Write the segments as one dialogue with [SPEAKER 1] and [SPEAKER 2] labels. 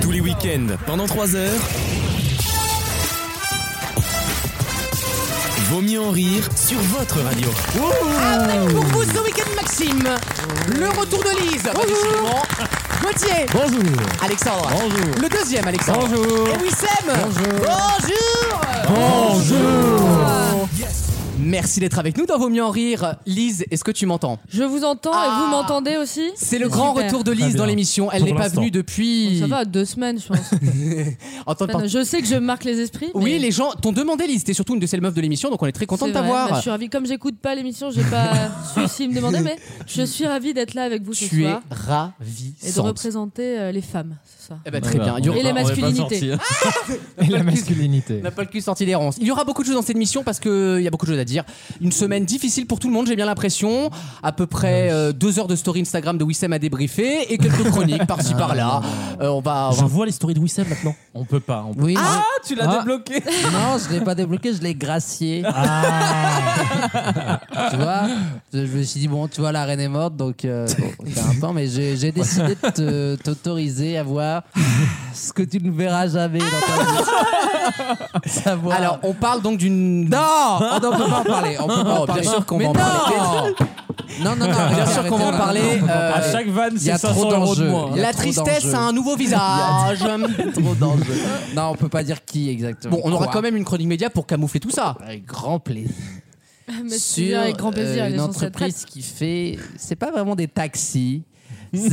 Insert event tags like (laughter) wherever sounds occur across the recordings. [SPEAKER 1] Tous les week-ends, pendant 3 heures. Vaut mieux en rire sur votre radio.
[SPEAKER 2] Avec pour vous ce week-end, Maxime. Le retour de Lise. Bonjour. Gauthier. Bonjour. Alexandre. Bonjour. Le deuxième, Alexandre. Bonjour. Et Wissem. Bonjour. Bonjour. Merci d'être avec nous dans Vaut mieux en rire. Lise, est-ce que tu m'entends
[SPEAKER 3] Je vous entends
[SPEAKER 2] Ah.
[SPEAKER 3] et vous m'entendez aussi
[SPEAKER 2] C'est le grand
[SPEAKER 3] Super.
[SPEAKER 2] retour de Lise dans l'émission. Elle
[SPEAKER 4] Pour
[SPEAKER 2] n'est pas
[SPEAKER 4] l'instant.
[SPEAKER 2] venue depuis.
[SPEAKER 3] Ça va, deux semaines, je
[SPEAKER 2] (laughs)
[SPEAKER 3] pense.
[SPEAKER 2] En tant que part-
[SPEAKER 3] je sais que je marque les esprits.
[SPEAKER 2] Oui,
[SPEAKER 3] mais
[SPEAKER 2] les gens t'ont demandé Lise. T'es surtout une de ces meufs de l'émission, donc on est très content de
[SPEAKER 3] c'est vrai. Bah, je
[SPEAKER 2] t'avoir.
[SPEAKER 3] suis ravie. Comme j'écoute pas l'émission, j'ai
[SPEAKER 2] (laughs)
[SPEAKER 3] pas su si me demander, mais je suis ravie d'être là avec vous ce
[SPEAKER 2] Tu es
[SPEAKER 3] soir et de
[SPEAKER 2] ravissante.
[SPEAKER 3] représenter euh, les femmes ce soir.
[SPEAKER 2] Eh ben, très bien. Il y aura-
[SPEAKER 3] Et les masculinités.
[SPEAKER 2] hein.
[SPEAKER 5] Ah (laughs)
[SPEAKER 6] Et la masculinité.
[SPEAKER 2] On n'a pas le cul sorti des ronces. Il y aura beaucoup de choses dans cette émission parce qu'il y a beaucoup de choses à dire. Une semaine difficile pour tout le monde, j'ai bien l'impression. À peu près euh, deux heures de story Instagram de Wissem à débriefer et (laughs) quelques chroniques par-ci par-là. Euh, on va. on
[SPEAKER 4] Je
[SPEAKER 2] va-
[SPEAKER 4] vois les stories de Wissem maintenant. On peut pas. on peut-
[SPEAKER 6] Oui.
[SPEAKER 2] tu
[SPEAKER 6] l'as
[SPEAKER 2] débloqué
[SPEAKER 6] Non, je l'ai pas débloqué, je l'ai gracié.
[SPEAKER 2] Ah.
[SPEAKER 6] (laughs) tu vois, je je me suis dit bon, tu vois, la reine est morte, donc euh,
[SPEAKER 2] (laughs)
[SPEAKER 6] bon, c'est un temps, mais j'ai j'ai décidé de te- t'autoriser à voir ce que tu ne verras jamais dans ta
[SPEAKER 2] (laughs)
[SPEAKER 6] vie. Savoir.
[SPEAKER 2] Alors, on parle donc d'une.
[SPEAKER 6] non, on ne peut pas en parler. On peut pas en
[SPEAKER 2] Oh, bien
[SPEAKER 6] parler.
[SPEAKER 2] sûr qu'on
[SPEAKER 6] Mais
[SPEAKER 2] va en parler.
[SPEAKER 6] Non, non, non, non.
[SPEAKER 2] Bien sûr qu'on va en parler.
[SPEAKER 4] À
[SPEAKER 2] Euh,
[SPEAKER 4] chaque vanne,
[SPEAKER 6] Il y a
[SPEAKER 4] c'est
[SPEAKER 6] trop
[SPEAKER 4] 500 euros de
[SPEAKER 6] d'enjeux.
[SPEAKER 4] moins.
[SPEAKER 6] Il y a
[SPEAKER 2] la
[SPEAKER 6] trop
[SPEAKER 2] tristesse
[SPEAKER 6] d'enjeux.
[SPEAKER 2] a un (laughs) nouveau visage.
[SPEAKER 6] Trop dangereux. (laughs) Non, on peut pas dire qui
[SPEAKER 2] (laughs)
[SPEAKER 6] exactement.
[SPEAKER 2] Bon, on aura
[SPEAKER 6] Quoi.
[SPEAKER 2] quand même une chronique média pour camoufler tout ça.
[SPEAKER 6] Avec grand plaisir.
[SPEAKER 3] Ah, Mais c'est
[SPEAKER 6] sur
[SPEAKER 3] bien, avec grand plaisir.
[SPEAKER 6] euh,
[SPEAKER 3] les
[SPEAKER 6] une
[SPEAKER 3] gens se traitent.
[SPEAKER 6] entreprise qui fait. C'est pas vraiment des
[SPEAKER 4] (laughs)
[SPEAKER 6] taxis. C'est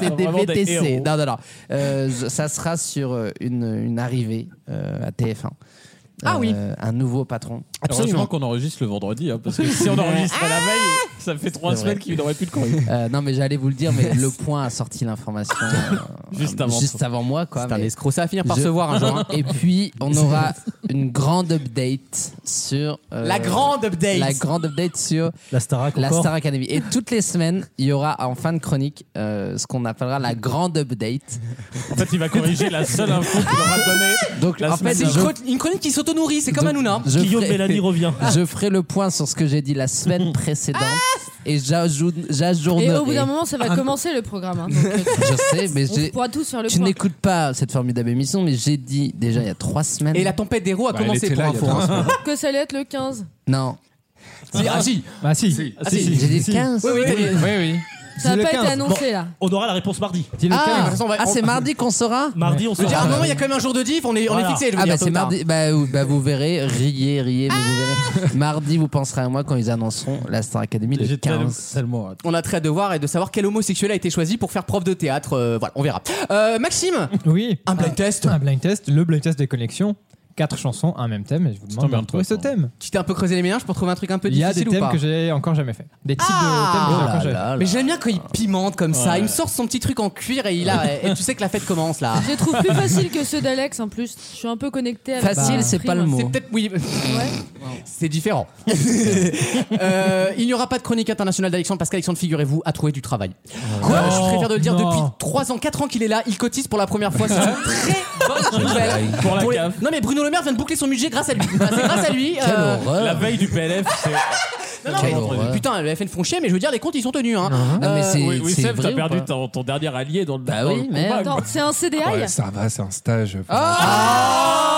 [SPEAKER 6] c'est des
[SPEAKER 4] Vraiment des
[SPEAKER 6] VTC.
[SPEAKER 4] héros.
[SPEAKER 6] non, non, non. Euh, je- ça sera sur euh, une, une arrivée euh, à TF1.
[SPEAKER 2] Ah oui.
[SPEAKER 6] Euh, Un nouveau patron.
[SPEAKER 4] Heureusement qu'on enregistre le vendredi, hein, parce que si
[SPEAKER 2] (laughs)
[SPEAKER 4] on enregistre
[SPEAKER 2] Ah
[SPEAKER 4] à la veille, ça fait trois
[SPEAKER 6] C'est vrai.
[SPEAKER 4] semaines qu'il n'aurait plus de courrier.
[SPEAKER 6] Euh, non, mais j'allais vous le dire, mais le point a sorti l'information euh,
[SPEAKER 4] (laughs) Juste avant toi.
[SPEAKER 6] avant moi. quoi.
[SPEAKER 2] C'est un
[SPEAKER 6] mais-
[SPEAKER 2] escroc, ça va finir par
[SPEAKER 6] Je-
[SPEAKER 2] se voir un jour. hein.
[SPEAKER 6] Et puis, on aura
[SPEAKER 4] (laughs)
[SPEAKER 6] une grande update sur. euh,
[SPEAKER 2] La grande update.
[SPEAKER 6] La grande update sur
[SPEAKER 7] La Starac
[SPEAKER 6] la
[SPEAKER 7] encore
[SPEAKER 6] Star Academy. Et toutes les semaines, il y aura en fin de chronique euh, ce qu'on appellera la grande update.
[SPEAKER 4] En fait, il va corriger la seule info qu'il aura
[SPEAKER 2] Ah
[SPEAKER 4] donnée.
[SPEAKER 6] Donc
[SPEAKER 4] La
[SPEAKER 6] en fait,
[SPEAKER 4] semaine
[SPEAKER 2] C'est une,
[SPEAKER 6] je,
[SPEAKER 2] chron- une chronique qui s'auto-nourrit, c'est comme
[SPEAKER 6] Donc-
[SPEAKER 2] Hanouna.
[SPEAKER 6] je
[SPEAKER 7] Guillaume Bellamy
[SPEAKER 6] ferai,
[SPEAKER 7] revient.
[SPEAKER 6] je ferai le point sur ce que j'ai dit
[SPEAKER 4] (laughs)
[SPEAKER 6] la semaine précédente et j'ajoute,
[SPEAKER 3] Ah Et au bout
[SPEAKER 6] j'ajournerai.
[SPEAKER 3] d'un moment, ça va commencer le programme. hein,
[SPEAKER 6] (laughs)
[SPEAKER 3] donc, euh,
[SPEAKER 6] Je sais,
[SPEAKER 3] (laughs)
[SPEAKER 6] mais
[SPEAKER 3] on
[SPEAKER 6] j'ai-
[SPEAKER 3] pourra tous faire le
[SPEAKER 6] tu
[SPEAKER 3] point.
[SPEAKER 6] n'écoutes pas cette formidable émission, mais j'ai dit déjà il y a trois semaines.
[SPEAKER 2] Et la tempête des
[SPEAKER 5] Bah,
[SPEAKER 2] roues a commencé pour info. hein.
[SPEAKER 3] Que ça allait être le 15.
[SPEAKER 6] Non.
[SPEAKER 2] Si, ah, si.
[SPEAKER 5] Bah,
[SPEAKER 7] Ah si.
[SPEAKER 4] Ah, si, si.
[SPEAKER 6] J'ai dit le 15.
[SPEAKER 2] Ah.
[SPEAKER 3] Ça
[SPEAKER 7] le
[SPEAKER 3] n'a pas été
[SPEAKER 7] 15.
[SPEAKER 3] annoncé là.
[SPEAKER 7] On aura la réponse mardi.
[SPEAKER 6] Ah,
[SPEAKER 2] on va-
[SPEAKER 6] ah,
[SPEAKER 2] on-
[SPEAKER 6] c'est mardi qu'on saura
[SPEAKER 7] Mardi, on
[SPEAKER 2] Je veux
[SPEAKER 7] sera.
[SPEAKER 2] dire, à un moment, il y a quand même un jour de diff, on est, on est
[SPEAKER 7] Voilà.
[SPEAKER 2] fixé. je veux
[SPEAKER 6] Ah
[SPEAKER 2] dire,
[SPEAKER 6] bah
[SPEAKER 2] tôt
[SPEAKER 6] c'est
[SPEAKER 2] ou tard.
[SPEAKER 6] mardi, bah, ou- bah, vous verrez, riez, riez, mais
[SPEAKER 3] Ah
[SPEAKER 6] vous verrez. Mardi, vous penserez à moi quand ils annonceront la Star Academy le
[SPEAKER 4] J'ai
[SPEAKER 6] 15.
[SPEAKER 4] tellement hâte.
[SPEAKER 2] On a très hâte de voir et de savoir quel homosexuel a été choisi pour faire prof de théâtre. euh, voilà, on verra. Euh, Maxime,
[SPEAKER 5] Oui.
[SPEAKER 2] un blind test.
[SPEAKER 5] Un blind test, le blind test des connexions. Quatre chansons, un même thème, et je vous demande de
[SPEAKER 4] t'emmerdes
[SPEAKER 5] retrouver
[SPEAKER 4] pas,
[SPEAKER 5] ce
[SPEAKER 4] toi.
[SPEAKER 5] thème.
[SPEAKER 2] Tu t'es un peu creusé les méninges pour trouver un truc un peu
[SPEAKER 5] Il y a des
[SPEAKER 2] difficile ou
[SPEAKER 5] thèmes
[SPEAKER 2] pas
[SPEAKER 5] que j'ai encore jamais fait. Des types
[SPEAKER 2] Ah,
[SPEAKER 5] de thèmes que j'ai
[SPEAKER 2] oh
[SPEAKER 5] encore jamais fait.
[SPEAKER 2] Mais j'aime bien quand il pimente comme ça.
[SPEAKER 4] Ouais.
[SPEAKER 2] Il me sort son petit truc en cuir et il a. et tu sais que la fête commence là.
[SPEAKER 3] Je les trouve plus faciles que ceux d'Alex en plus. Je suis un peu connectée avec
[SPEAKER 6] Facile,
[SPEAKER 3] les
[SPEAKER 6] c'est pas le
[SPEAKER 3] primes.
[SPEAKER 6] mot.
[SPEAKER 2] C'est peut-être oui.
[SPEAKER 3] Ouais.
[SPEAKER 2] (laughs) C'est différent. (laughs) Euh, il n'y aura pas de chronique internationale d'Alexandre parce qu'Alexandre, figurez-vous, a trouvé du travail.
[SPEAKER 6] Oh.
[SPEAKER 2] Quoi
[SPEAKER 5] Non,
[SPEAKER 2] Je préfère de le dire
[SPEAKER 5] non.
[SPEAKER 2] depuis 3 ans, 4 ans qu'il est là, il cotise pour la première fois.
[SPEAKER 6] (laughs)
[SPEAKER 2] C'est une très bonne nouvelle.
[SPEAKER 4] Pour la
[SPEAKER 2] les-
[SPEAKER 4] CAF.
[SPEAKER 2] Non mais Bruno Le Maire vient de boucler son budget grâce à lui. Enfin, C'est grâce à lui.
[SPEAKER 6] Quelle
[SPEAKER 2] euh,
[SPEAKER 6] horreur
[SPEAKER 4] La veille du PLF, c'est.
[SPEAKER 2] non, non,
[SPEAKER 6] quelle
[SPEAKER 2] mais-
[SPEAKER 6] horreur. Ah,
[SPEAKER 2] Putain, les FN font chier, mais je veux dire, les comptes ils sont tenus. Hein.
[SPEAKER 6] Non, mais
[SPEAKER 2] Euh,
[SPEAKER 6] c'est-
[SPEAKER 4] Oui, oui,
[SPEAKER 6] c'est
[SPEAKER 4] Seb,
[SPEAKER 6] vrai
[SPEAKER 4] t'as
[SPEAKER 6] ou
[SPEAKER 4] perdu
[SPEAKER 6] pas
[SPEAKER 4] ton, ton dernier allié dans le.
[SPEAKER 6] Bah
[SPEAKER 4] dans
[SPEAKER 6] oui,
[SPEAKER 4] le combat.
[SPEAKER 6] merde.
[SPEAKER 3] Attends, c'est un CDI
[SPEAKER 8] Ouais, ça va, c'est un stage.
[SPEAKER 2] Ah.
[SPEAKER 6] Ah,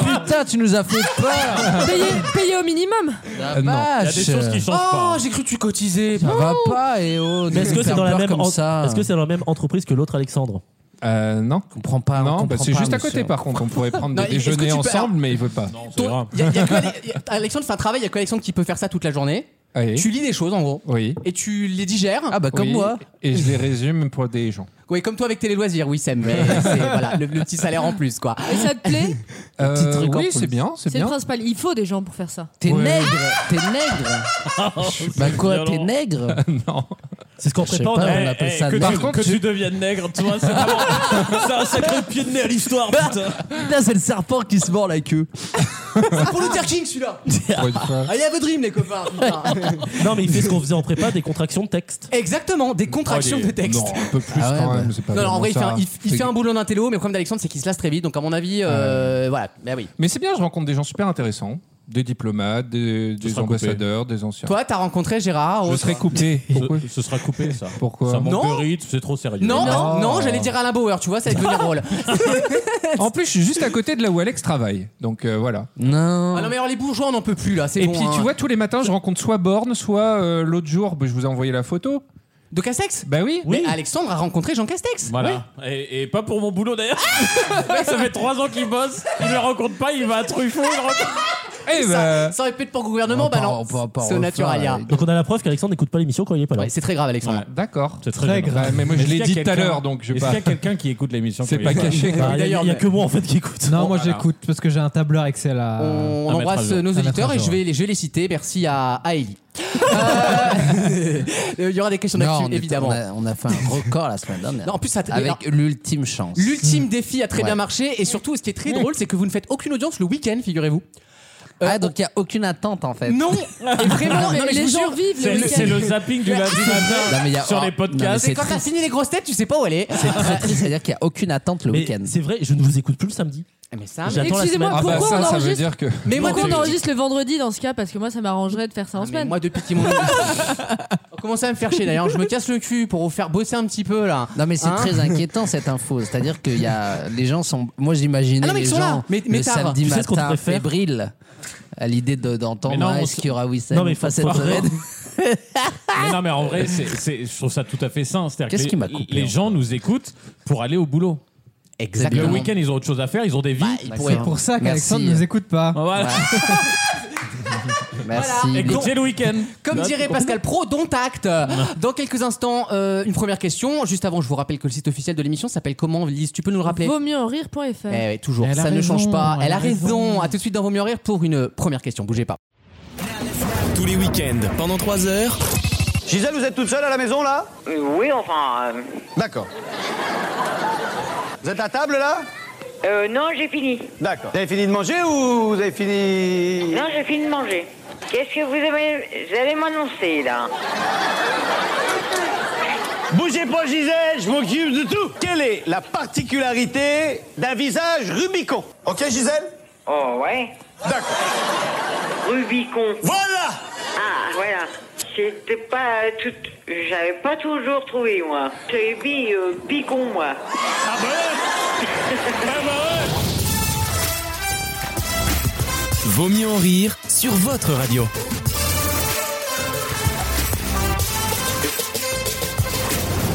[SPEAKER 6] Putain, tu nous as fait peur
[SPEAKER 3] payé, payé au minimum.
[SPEAKER 6] La
[SPEAKER 4] Il y a des choses qui changent
[SPEAKER 2] Oh,
[SPEAKER 4] pas. hein.
[SPEAKER 2] j'ai cru que tu cotisais.
[SPEAKER 6] Ça va pas, et oh,
[SPEAKER 7] Mais est-ce que c'est dans la même
[SPEAKER 6] comme
[SPEAKER 7] en-
[SPEAKER 6] ça
[SPEAKER 7] Est-ce que c'est dans la même entreprise que l'autre Alexandre
[SPEAKER 8] Euh, non.
[SPEAKER 6] comprend
[SPEAKER 2] Ah,
[SPEAKER 6] pas on
[SPEAKER 8] non, bah,
[SPEAKER 6] comprend
[SPEAKER 8] c'est
[SPEAKER 6] pas,
[SPEAKER 8] juste à
[SPEAKER 6] monsieur.
[SPEAKER 8] côté par contre. On pourrait
[SPEAKER 2] (laughs)
[SPEAKER 8] prendre
[SPEAKER 2] Non,
[SPEAKER 8] des
[SPEAKER 2] est-ce que
[SPEAKER 8] déjeuners
[SPEAKER 2] tu peux-
[SPEAKER 8] ensemble, mais il veut pas.
[SPEAKER 4] Non, c'est
[SPEAKER 2] Ton-
[SPEAKER 4] grave.
[SPEAKER 2] y a- y a que Ale- y a- Alexandre fait un travail, il y a que Alexandre qui peut faire ça toute la journée.
[SPEAKER 8] Allez.
[SPEAKER 2] Tu lis des choses en gros.
[SPEAKER 8] Oui.
[SPEAKER 2] Et tu les digères.
[SPEAKER 6] Ah bah comme
[SPEAKER 8] Oui.
[SPEAKER 6] moi
[SPEAKER 8] Et je les résume pour des gens.
[SPEAKER 2] Oui, comme toi avec Télé Loisirs, oui, Sam. Mais c'est voilà, le, le petit salaire en plus, quoi.
[SPEAKER 3] Et ça te plaît
[SPEAKER 8] Euh,
[SPEAKER 6] petit truc en
[SPEAKER 8] oui,
[SPEAKER 6] plus.
[SPEAKER 8] c'est bien, c'est
[SPEAKER 3] C'est le
[SPEAKER 8] bien.
[SPEAKER 3] principal. Il faut des gens pour faire ça.
[SPEAKER 6] T'es nègre T'es nègre Bah quoi, t'es
[SPEAKER 4] violent.
[SPEAKER 6] nègre
[SPEAKER 8] Non.
[SPEAKER 7] Ah, C'est ce qu'on
[SPEAKER 6] Je sais
[SPEAKER 7] prépare.
[SPEAKER 6] pas,
[SPEAKER 7] dans-
[SPEAKER 6] on
[SPEAKER 4] Eh,
[SPEAKER 6] appelle
[SPEAKER 4] eh,
[SPEAKER 6] ça
[SPEAKER 4] que
[SPEAKER 6] nègre.
[SPEAKER 4] tu,
[SPEAKER 8] Par contre,
[SPEAKER 4] que
[SPEAKER 8] tu-
[SPEAKER 4] tu deviennes nègre, tu vois, c'est (laughs) vraiment- c'est un sacré pied de nez à l'histoire, putain.
[SPEAKER 6] Putain, c'est le serpent qui se mord la queue
[SPEAKER 2] (laughs) C'est pour Luther King, celui-là.
[SPEAKER 8] Pour
[SPEAKER 2] (laughs)
[SPEAKER 8] une fois.
[SPEAKER 2] I have a dream, les copains. putain.
[SPEAKER 7] Non, mais il fait ce qu'on faisait en prépa, des contractions de texte.
[SPEAKER 2] Exactement, des contractions
[SPEAKER 4] Allez,
[SPEAKER 2] de texte.
[SPEAKER 8] Non, un peu plus
[SPEAKER 6] Ah ouais,
[SPEAKER 8] quand
[SPEAKER 6] bah.
[SPEAKER 8] même. c'est pas
[SPEAKER 2] Non, non, en vrai, il fait,
[SPEAKER 8] vraiment
[SPEAKER 2] un, il-
[SPEAKER 8] ça.
[SPEAKER 2] il
[SPEAKER 8] C'est-
[SPEAKER 2] fait un boulot d'intello, mais le problème d'Alexandre, c'est qu'il se lasse très vite. Donc, à mon avis, euh, voilà. Bah oui.
[SPEAKER 8] Mais c'est bien, je rencontre des gens super intéressants. des diplomates, des, des
[SPEAKER 4] seras coupé.
[SPEAKER 8] ambassadeurs, des anciens.
[SPEAKER 2] Toi, t'as rencontré Gérard
[SPEAKER 8] je
[SPEAKER 2] autre
[SPEAKER 8] serais
[SPEAKER 2] (laughs)
[SPEAKER 8] coupé. Pourquoi
[SPEAKER 4] Ce, ce sera coupé, ça.
[SPEAKER 8] Pourquoi
[SPEAKER 4] Ça manque
[SPEAKER 2] Non.
[SPEAKER 4] de rythme, c'est trop sérieux.
[SPEAKER 2] Non, non, non, j'allais dire Alain Bauer, tu vois, ça va devenir drôle.
[SPEAKER 8] En plus, je suis juste à côté de là où Alex travaille. Donc euh, voilà.
[SPEAKER 6] Non.
[SPEAKER 2] Ah non, mais alors les bourgeois, on n'en peut plus là, c'est
[SPEAKER 8] Et
[SPEAKER 2] bon.
[SPEAKER 8] puis, tu
[SPEAKER 2] hein.
[SPEAKER 8] vois, tous les matins, je rencontre soit Borne, soit euh, l'autre jour, bah, je vous ai envoyé la photo.
[SPEAKER 2] De Castex
[SPEAKER 8] Bah oui.
[SPEAKER 2] Mais Alexandre a rencontré Jean Castex.
[SPEAKER 4] Voilà. Et, et pas pour mon boulot d'ailleurs. (laughs) ça fait trois ans qu'il bosse, il ne le rencontre pas, il va à Truffaut. il le rencontre-
[SPEAKER 8] Eh
[SPEAKER 2] Ça,
[SPEAKER 8] ben,
[SPEAKER 2] ça aurait pu être pour le gouvernement,
[SPEAKER 6] On peut-
[SPEAKER 2] bah non.
[SPEAKER 6] on peut- on peut
[SPEAKER 2] C'est au
[SPEAKER 6] refaire, euh,
[SPEAKER 2] naturalia.
[SPEAKER 6] ouais.
[SPEAKER 7] Donc on a la preuve qu'Alexandre n'écoute pas l'émission quand il est pas là.
[SPEAKER 2] Ouais, c'est très grave, Alexandre.
[SPEAKER 4] Ouais.
[SPEAKER 8] d'accord.
[SPEAKER 4] C'est très,
[SPEAKER 5] Très
[SPEAKER 4] gênant.
[SPEAKER 8] Ouais, mais moi, je
[SPEAKER 4] Est-ce
[SPEAKER 8] l'ai
[SPEAKER 4] qu'il y a
[SPEAKER 8] dit tout à
[SPEAKER 4] quelqu'un-
[SPEAKER 8] l'heure, donc je vais
[SPEAKER 4] Est-ce qu'il y
[SPEAKER 8] pas.
[SPEAKER 4] a quelqu'un qui écoute l'émission
[SPEAKER 8] C'est
[SPEAKER 4] quand
[SPEAKER 8] pas
[SPEAKER 4] il est
[SPEAKER 8] caché.
[SPEAKER 7] Bah, Il y a-
[SPEAKER 2] D'ailleurs,
[SPEAKER 7] il y a
[SPEAKER 2] mais-
[SPEAKER 7] que moi en fait qui écoute.
[SPEAKER 5] Non, moi
[SPEAKER 8] voilà.
[SPEAKER 5] j'écoute parce que j'ai un tableur Excel à.
[SPEAKER 2] Oh On
[SPEAKER 4] à mettre à
[SPEAKER 2] embrasse
[SPEAKER 4] jour.
[SPEAKER 2] nos
[SPEAKER 5] À mettre
[SPEAKER 2] auditeurs
[SPEAKER 5] à
[SPEAKER 2] et
[SPEAKER 5] jour.
[SPEAKER 2] je vais, les- je vais les citer. Merci à, à
[SPEAKER 6] (laughs)
[SPEAKER 2] Ellie. Euh, Il y aura des questions
[SPEAKER 6] Non, on,
[SPEAKER 2] d'actu,
[SPEAKER 6] est-
[SPEAKER 2] évidemment.
[SPEAKER 6] on a, on a fait un record la semaine dernière.
[SPEAKER 2] Non, en plus, ça t-
[SPEAKER 6] avec l'ultime chance.
[SPEAKER 2] L'ultime défi a très
[SPEAKER 6] Ouais.
[SPEAKER 2] bien marché et surtout, ce qui est très drôle, c'est que vous ne faites aucune audience le week-end, figurez-vous. Euh,
[SPEAKER 6] Ah, donc Ah, il n'y a aucune attente en fait. (laughs)
[SPEAKER 2] Non, et vraiment,
[SPEAKER 3] Non, mais
[SPEAKER 2] non, mais je
[SPEAKER 3] les
[SPEAKER 2] vous
[SPEAKER 3] gens
[SPEAKER 2] jure,
[SPEAKER 3] vivent le
[SPEAKER 4] C'est- C'est
[SPEAKER 3] week-end.
[SPEAKER 4] le zapping
[SPEAKER 8] (laughs)
[SPEAKER 4] du lundi
[SPEAKER 6] Non, mais il y
[SPEAKER 4] matin
[SPEAKER 6] a-
[SPEAKER 4] sur les
[SPEAKER 6] oh, non, mais
[SPEAKER 4] podcasts.
[SPEAKER 2] euh, c'est quand
[SPEAKER 6] triste.
[SPEAKER 2] t'as fini les grosses têtes, tu sais pas où elle est.
[SPEAKER 6] C'est très triste, c'est-à-dire qu'il n'y a aucune attente le
[SPEAKER 7] Mais
[SPEAKER 6] week-end.
[SPEAKER 7] c'est vrai, je ne vous écoute plus le samedi.
[SPEAKER 2] Ah, Mais ça,
[SPEAKER 7] J'attends
[SPEAKER 2] mais,
[SPEAKER 7] la semaine.
[SPEAKER 3] Excusez-moi,
[SPEAKER 8] Ah bah
[SPEAKER 3] pourquoi
[SPEAKER 8] ça,
[SPEAKER 3] on
[SPEAKER 8] ça veut
[SPEAKER 3] enregistre
[SPEAKER 8] dire que.
[SPEAKER 2] mais moi,
[SPEAKER 3] Pourquoi on
[SPEAKER 2] depuis-
[SPEAKER 3] enregistre le vendredi dans ce cas Parce que moi, ça m'arrangerait de faire ça en
[SPEAKER 2] Ah, mais
[SPEAKER 3] semaine.
[SPEAKER 2] moi depuis qu'ils m'ont on commence à me faire chier d'ailleurs. Je me casse le cul pour vous faire bosser un petit peu là.
[SPEAKER 6] Non mais c'est
[SPEAKER 2] Hein
[SPEAKER 6] très inquiétant cette info, c'est-à-dire que y a les gens sont. Moi j'imaginais
[SPEAKER 2] Ah non, mais
[SPEAKER 6] les
[SPEAKER 2] ils sont là.
[SPEAKER 6] gens
[SPEAKER 2] Mais- mais
[SPEAKER 6] le
[SPEAKER 2] tard.
[SPEAKER 6] samedi
[SPEAKER 7] Tu sais ce qu'on
[SPEAKER 6] matin
[SPEAKER 7] devrait faire
[SPEAKER 6] fébrile à l'idée de- d'entendre
[SPEAKER 4] Mais non,
[SPEAKER 6] ah,
[SPEAKER 4] on
[SPEAKER 6] est-ce
[SPEAKER 4] se-
[SPEAKER 6] qu'il y aura Wissam
[SPEAKER 7] Non, mais
[SPEAKER 6] ou pas
[SPEAKER 7] faut
[SPEAKER 6] cette
[SPEAKER 7] pas-
[SPEAKER 6] semaine (laughs)
[SPEAKER 4] Mais non, mais en vrai, c'est- c'est- je trouve ça tout à fait sain. C'est-à-dire
[SPEAKER 6] Qu'est-ce
[SPEAKER 4] que
[SPEAKER 6] qui m'a
[SPEAKER 4] les-
[SPEAKER 6] coupé,
[SPEAKER 4] Les
[SPEAKER 6] en
[SPEAKER 4] gens nous écoutent pour aller au boulot. Le
[SPEAKER 6] Exactement.
[SPEAKER 4] week-end, ils ont autre chose à faire, ils ont des vies.
[SPEAKER 2] Bah, il pourrait-
[SPEAKER 5] C'est pour ça qu'Alexandre ne
[SPEAKER 6] Merci.
[SPEAKER 5] nous écoute pas.
[SPEAKER 6] Bah,
[SPEAKER 4] Voilà.
[SPEAKER 6] Merci.
[SPEAKER 2] Voilà.
[SPEAKER 6] Lily.
[SPEAKER 4] Écoutez le week-end.
[SPEAKER 2] Comme
[SPEAKER 4] Bah,
[SPEAKER 2] dirait Pascal Pro, dont acte. Dans quelques instants, euh, une première question. Juste avant, je vous rappelle que le site officiel de l'émission s'appelle comment, Lise Tu peux nous le rappeler
[SPEAKER 3] Vaut mieux en rire.fr.
[SPEAKER 2] Eh ouais, toujours,
[SPEAKER 5] Elle a
[SPEAKER 2] ça ne
[SPEAKER 5] raison,
[SPEAKER 2] change pas. Elle, a raison.
[SPEAKER 5] raison.
[SPEAKER 2] À tout de suite dans Vos Mieux en Rire pour une première question. Bougez pas.
[SPEAKER 1] Tous les week-ends, pendant 3 heures.
[SPEAKER 9] Gisèle, vous êtes toute seule à la maison là
[SPEAKER 10] Oui, enfin. euh,
[SPEAKER 9] D'accord. Vous êtes à table là
[SPEAKER 10] euh, non, j'ai fini.
[SPEAKER 9] D'accord. Vous avez fini de manger ou vous avez fini
[SPEAKER 10] Non, j'ai fini de manger. Qu'est-ce que vous, avez- vous allez m'annoncer là
[SPEAKER 9] Bougez pas Gisèle, je m'occupe de tout. Quelle est la particularité d'un visage Rubicon Ok Gisèle
[SPEAKER 10] Oh ouais
[SPEAKER 9] D'accord.
[SPEAKER 10] Rubicon.
[SPEAKER 9] Voilà
[SPEAKER 10] Ah, voilà. C'était pas tout. J'avais pas toujours trouvé moi. J'ai mis euh, Bicon moi.
[SPEAKER 9] Ah ben
[SPEAKER 4] Bah,
[SPEAKER 1] Vaut mieux en rire sur votre radio.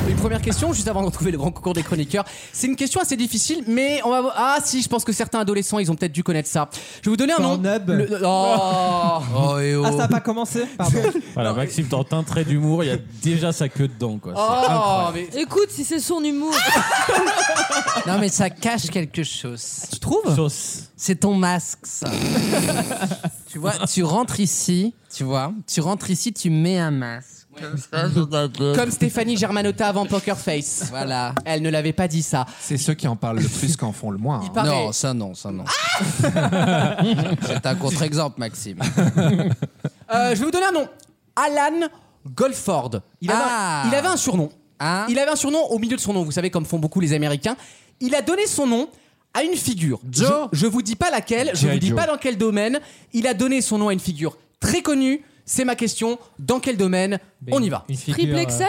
[SPEAKER 2] Une première question, juste avant de retrouver le grand concours des chroniqueurs. C'est une question assez difficile, mais on va voir. Ah, si, je pense que certains adolescents, ils ont peut-être dû connaître ça. Je vais vous donner un nom.
[SPEAKER 5] Pornhub.
[SPEAKER 2] Le- Oh.
[SPEAKER 6] Oh, et oh.
[SPEAKER 5] Ah, ça n'a pas commencé (laughs) Pardon.
[SPEAKER 4] Voilà,
[SPEAKER 2] euh,
[SPEAKER 4] Maxime, t'as un trait d'humour,
[SPEAKER 2] (laughs)
[SPEAKER 4] il y a déjà sa queue dedans. Quoi.
[SPEAKER 2] Oh,
[SPEAKER 4] C'est-
[SPEAKER 2] mais
[SPEAKER 6] Eh.
[SPEAKER 3] Écoute, si c'est son humour.
[SPEAKER 6] Non mais ça cache quelque chose.
[SPEAKER 2] tu trouves
[SPEAKER 4] Sauce.
[SPEAKER 6] C'est ton masque ça. tu vois, tu rentres ici, tu vois, tu rentres ici, tu mets un masque.
[SPEAKER 2] Comme Stéphanie Germanotta avant Poker Face.
[SPEAKER 6] Voilà.
[SPEAKER 2] Elle ne l'avait pas dit ça.
[SPEAKER 8] C'est ceux qui en parlent le plus qui en font le moins. hein.
[SPEAKER 2] Il paraît.
[SPEAKER 6] Non, ça non, ça non. (laughs) C'est un contre-exemple, Maxime.
[SPEAKER 2] Euh, je vais vous donner un nom. Alan Golford. Il avait,
[SPEAKER 6] Ah.
[SPEAKER 2] il avait un surnom.
[SPEAKER 6] Hein
[SPEAKER 2] Il avait un surnom au milieu de son nom, vous savez, comme font beaucoup les Américains. Il a donné son nom à une figure.
[SPEAKER 6] Joe.
[SPEAKER 2] Je, je vous dis pas laquelle, je
[SPEAKER 8] G.I.
[SPEAKER 2] vous dis
[SPEAKER 8] Joe.
[SPEAKER 2] pas dans quel domaine. Il a donné son nom à une figure très connue. C'est ma question. Dans quel domaine On y va.
[SPEAKER 5] Une figure,
[SPEAKER 3] Triple
[SPEAKER 5] euh,
[SPEAKER 3] Excel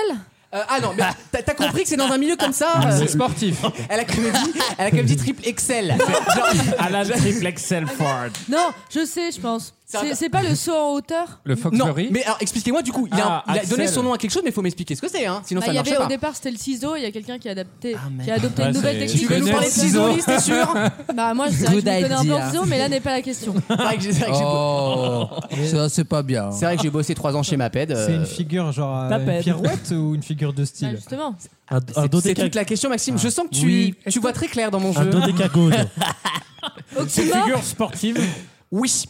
[SPEAKER 2] Euh, ah
[SPEAKER 6] (laughs)
[SPEAKER 2] non, mais t'as t'as compris que c'est dans un milieu comme ça euh,
[SPEAKER 8] C'est sportif.
[SPEAKER 2] Elle a quand même dit, elle a quand même dit triple Excel. Genre-
[SPEAKER 4] Alan Triple Excel Ford.
[SPEAKER 3] Non, je sais, je pense.
[SPEAKER 2] C'est un-
[SPEAKER 3] C'est c'est pas le saut en hauteur
[SPEAKER 8] Le
[SPEAKER 2] non,
[SPEAKER 8] Foxbury.
[SPEAKER 2] mais alors expliquez-moi du coup. Il,
[SPEAKER 4] Ah,
[SPEAKER 2] a, il a donné
[SPEAKER 4] Axel.
[SPEAKER 2] son nom à quelque chose, mais il faut m'expliquer ce que c'est, hein, sinon
[SPEAKER 3] Bah,
[SPEAKER 2] ça
[SPEAKER 3] Il y
[SPEAKER 2] marche
[SPEAKER 3] avait au
[SPEAKER 2] pas.
[SPEAKER 3] départ, c'était le ciseau. Il y a quelqu'un qui a adapté,
[SPEAKER 6] Ah, merde.
[SPEAKER 3] qui a adopté
[SPEAKER 4] Ouais,
[SPEAKER 3] une nouvelle
[SPEAKER 4] c'est-
[SPEAKER 3] technique.
[SPEAKER 2] Tu veux nous
[SPEAKER 8] connais
[SPEAKER 2] parler de
[SPEAKER 8] le ciseau
[SPEAKER 2] ciseaux, Lise, t'es sûr
[SPEAKER 3] Bah moi, je, c'est vrai que je me
[SPEAKER 6] Good
[SPEAKER 3] connais un peu en
[SPEAKER 6] idea.
[SPEAKER 3] ciseaux, mais là n'est pas la question.
[SPEAKER 2] C'est vrai que j'ai- c'est vrai que j'ai bo-
[SPEAKER 6] Oh, ça c'est pas bien. hein.
[SPEAKER 2] c'est vrai que j'ai bossé trois ans chez Maped. euh,
[SPEAKER 5] C'est une figure genre euh, une
[SPEAKER 4] Tapette.
[SPEAKER 5] pirouette ou une figure de
[SPEAKER 3] Ah,
[SPEAKER 5] style
[SPEAKER 3] justement.
[SPEAKER 7] Un, un
[SPEAKER 2] C'est
[SPEAKER 7] dodéca-
[SPEAKER 2] toute la question, Maxime. Je sens que tu,
[SPEAKER 6] Oui.
[SPEAKER 2] tu vois très clair dans mon
[SPEAKER 7] un
[SPEAKER 2] jeu. (laughs)
[SPEAKER 7] dodécagone.
[SPEAKER 4] C'est une figure sportive.
[SPEAKER 2] Oui.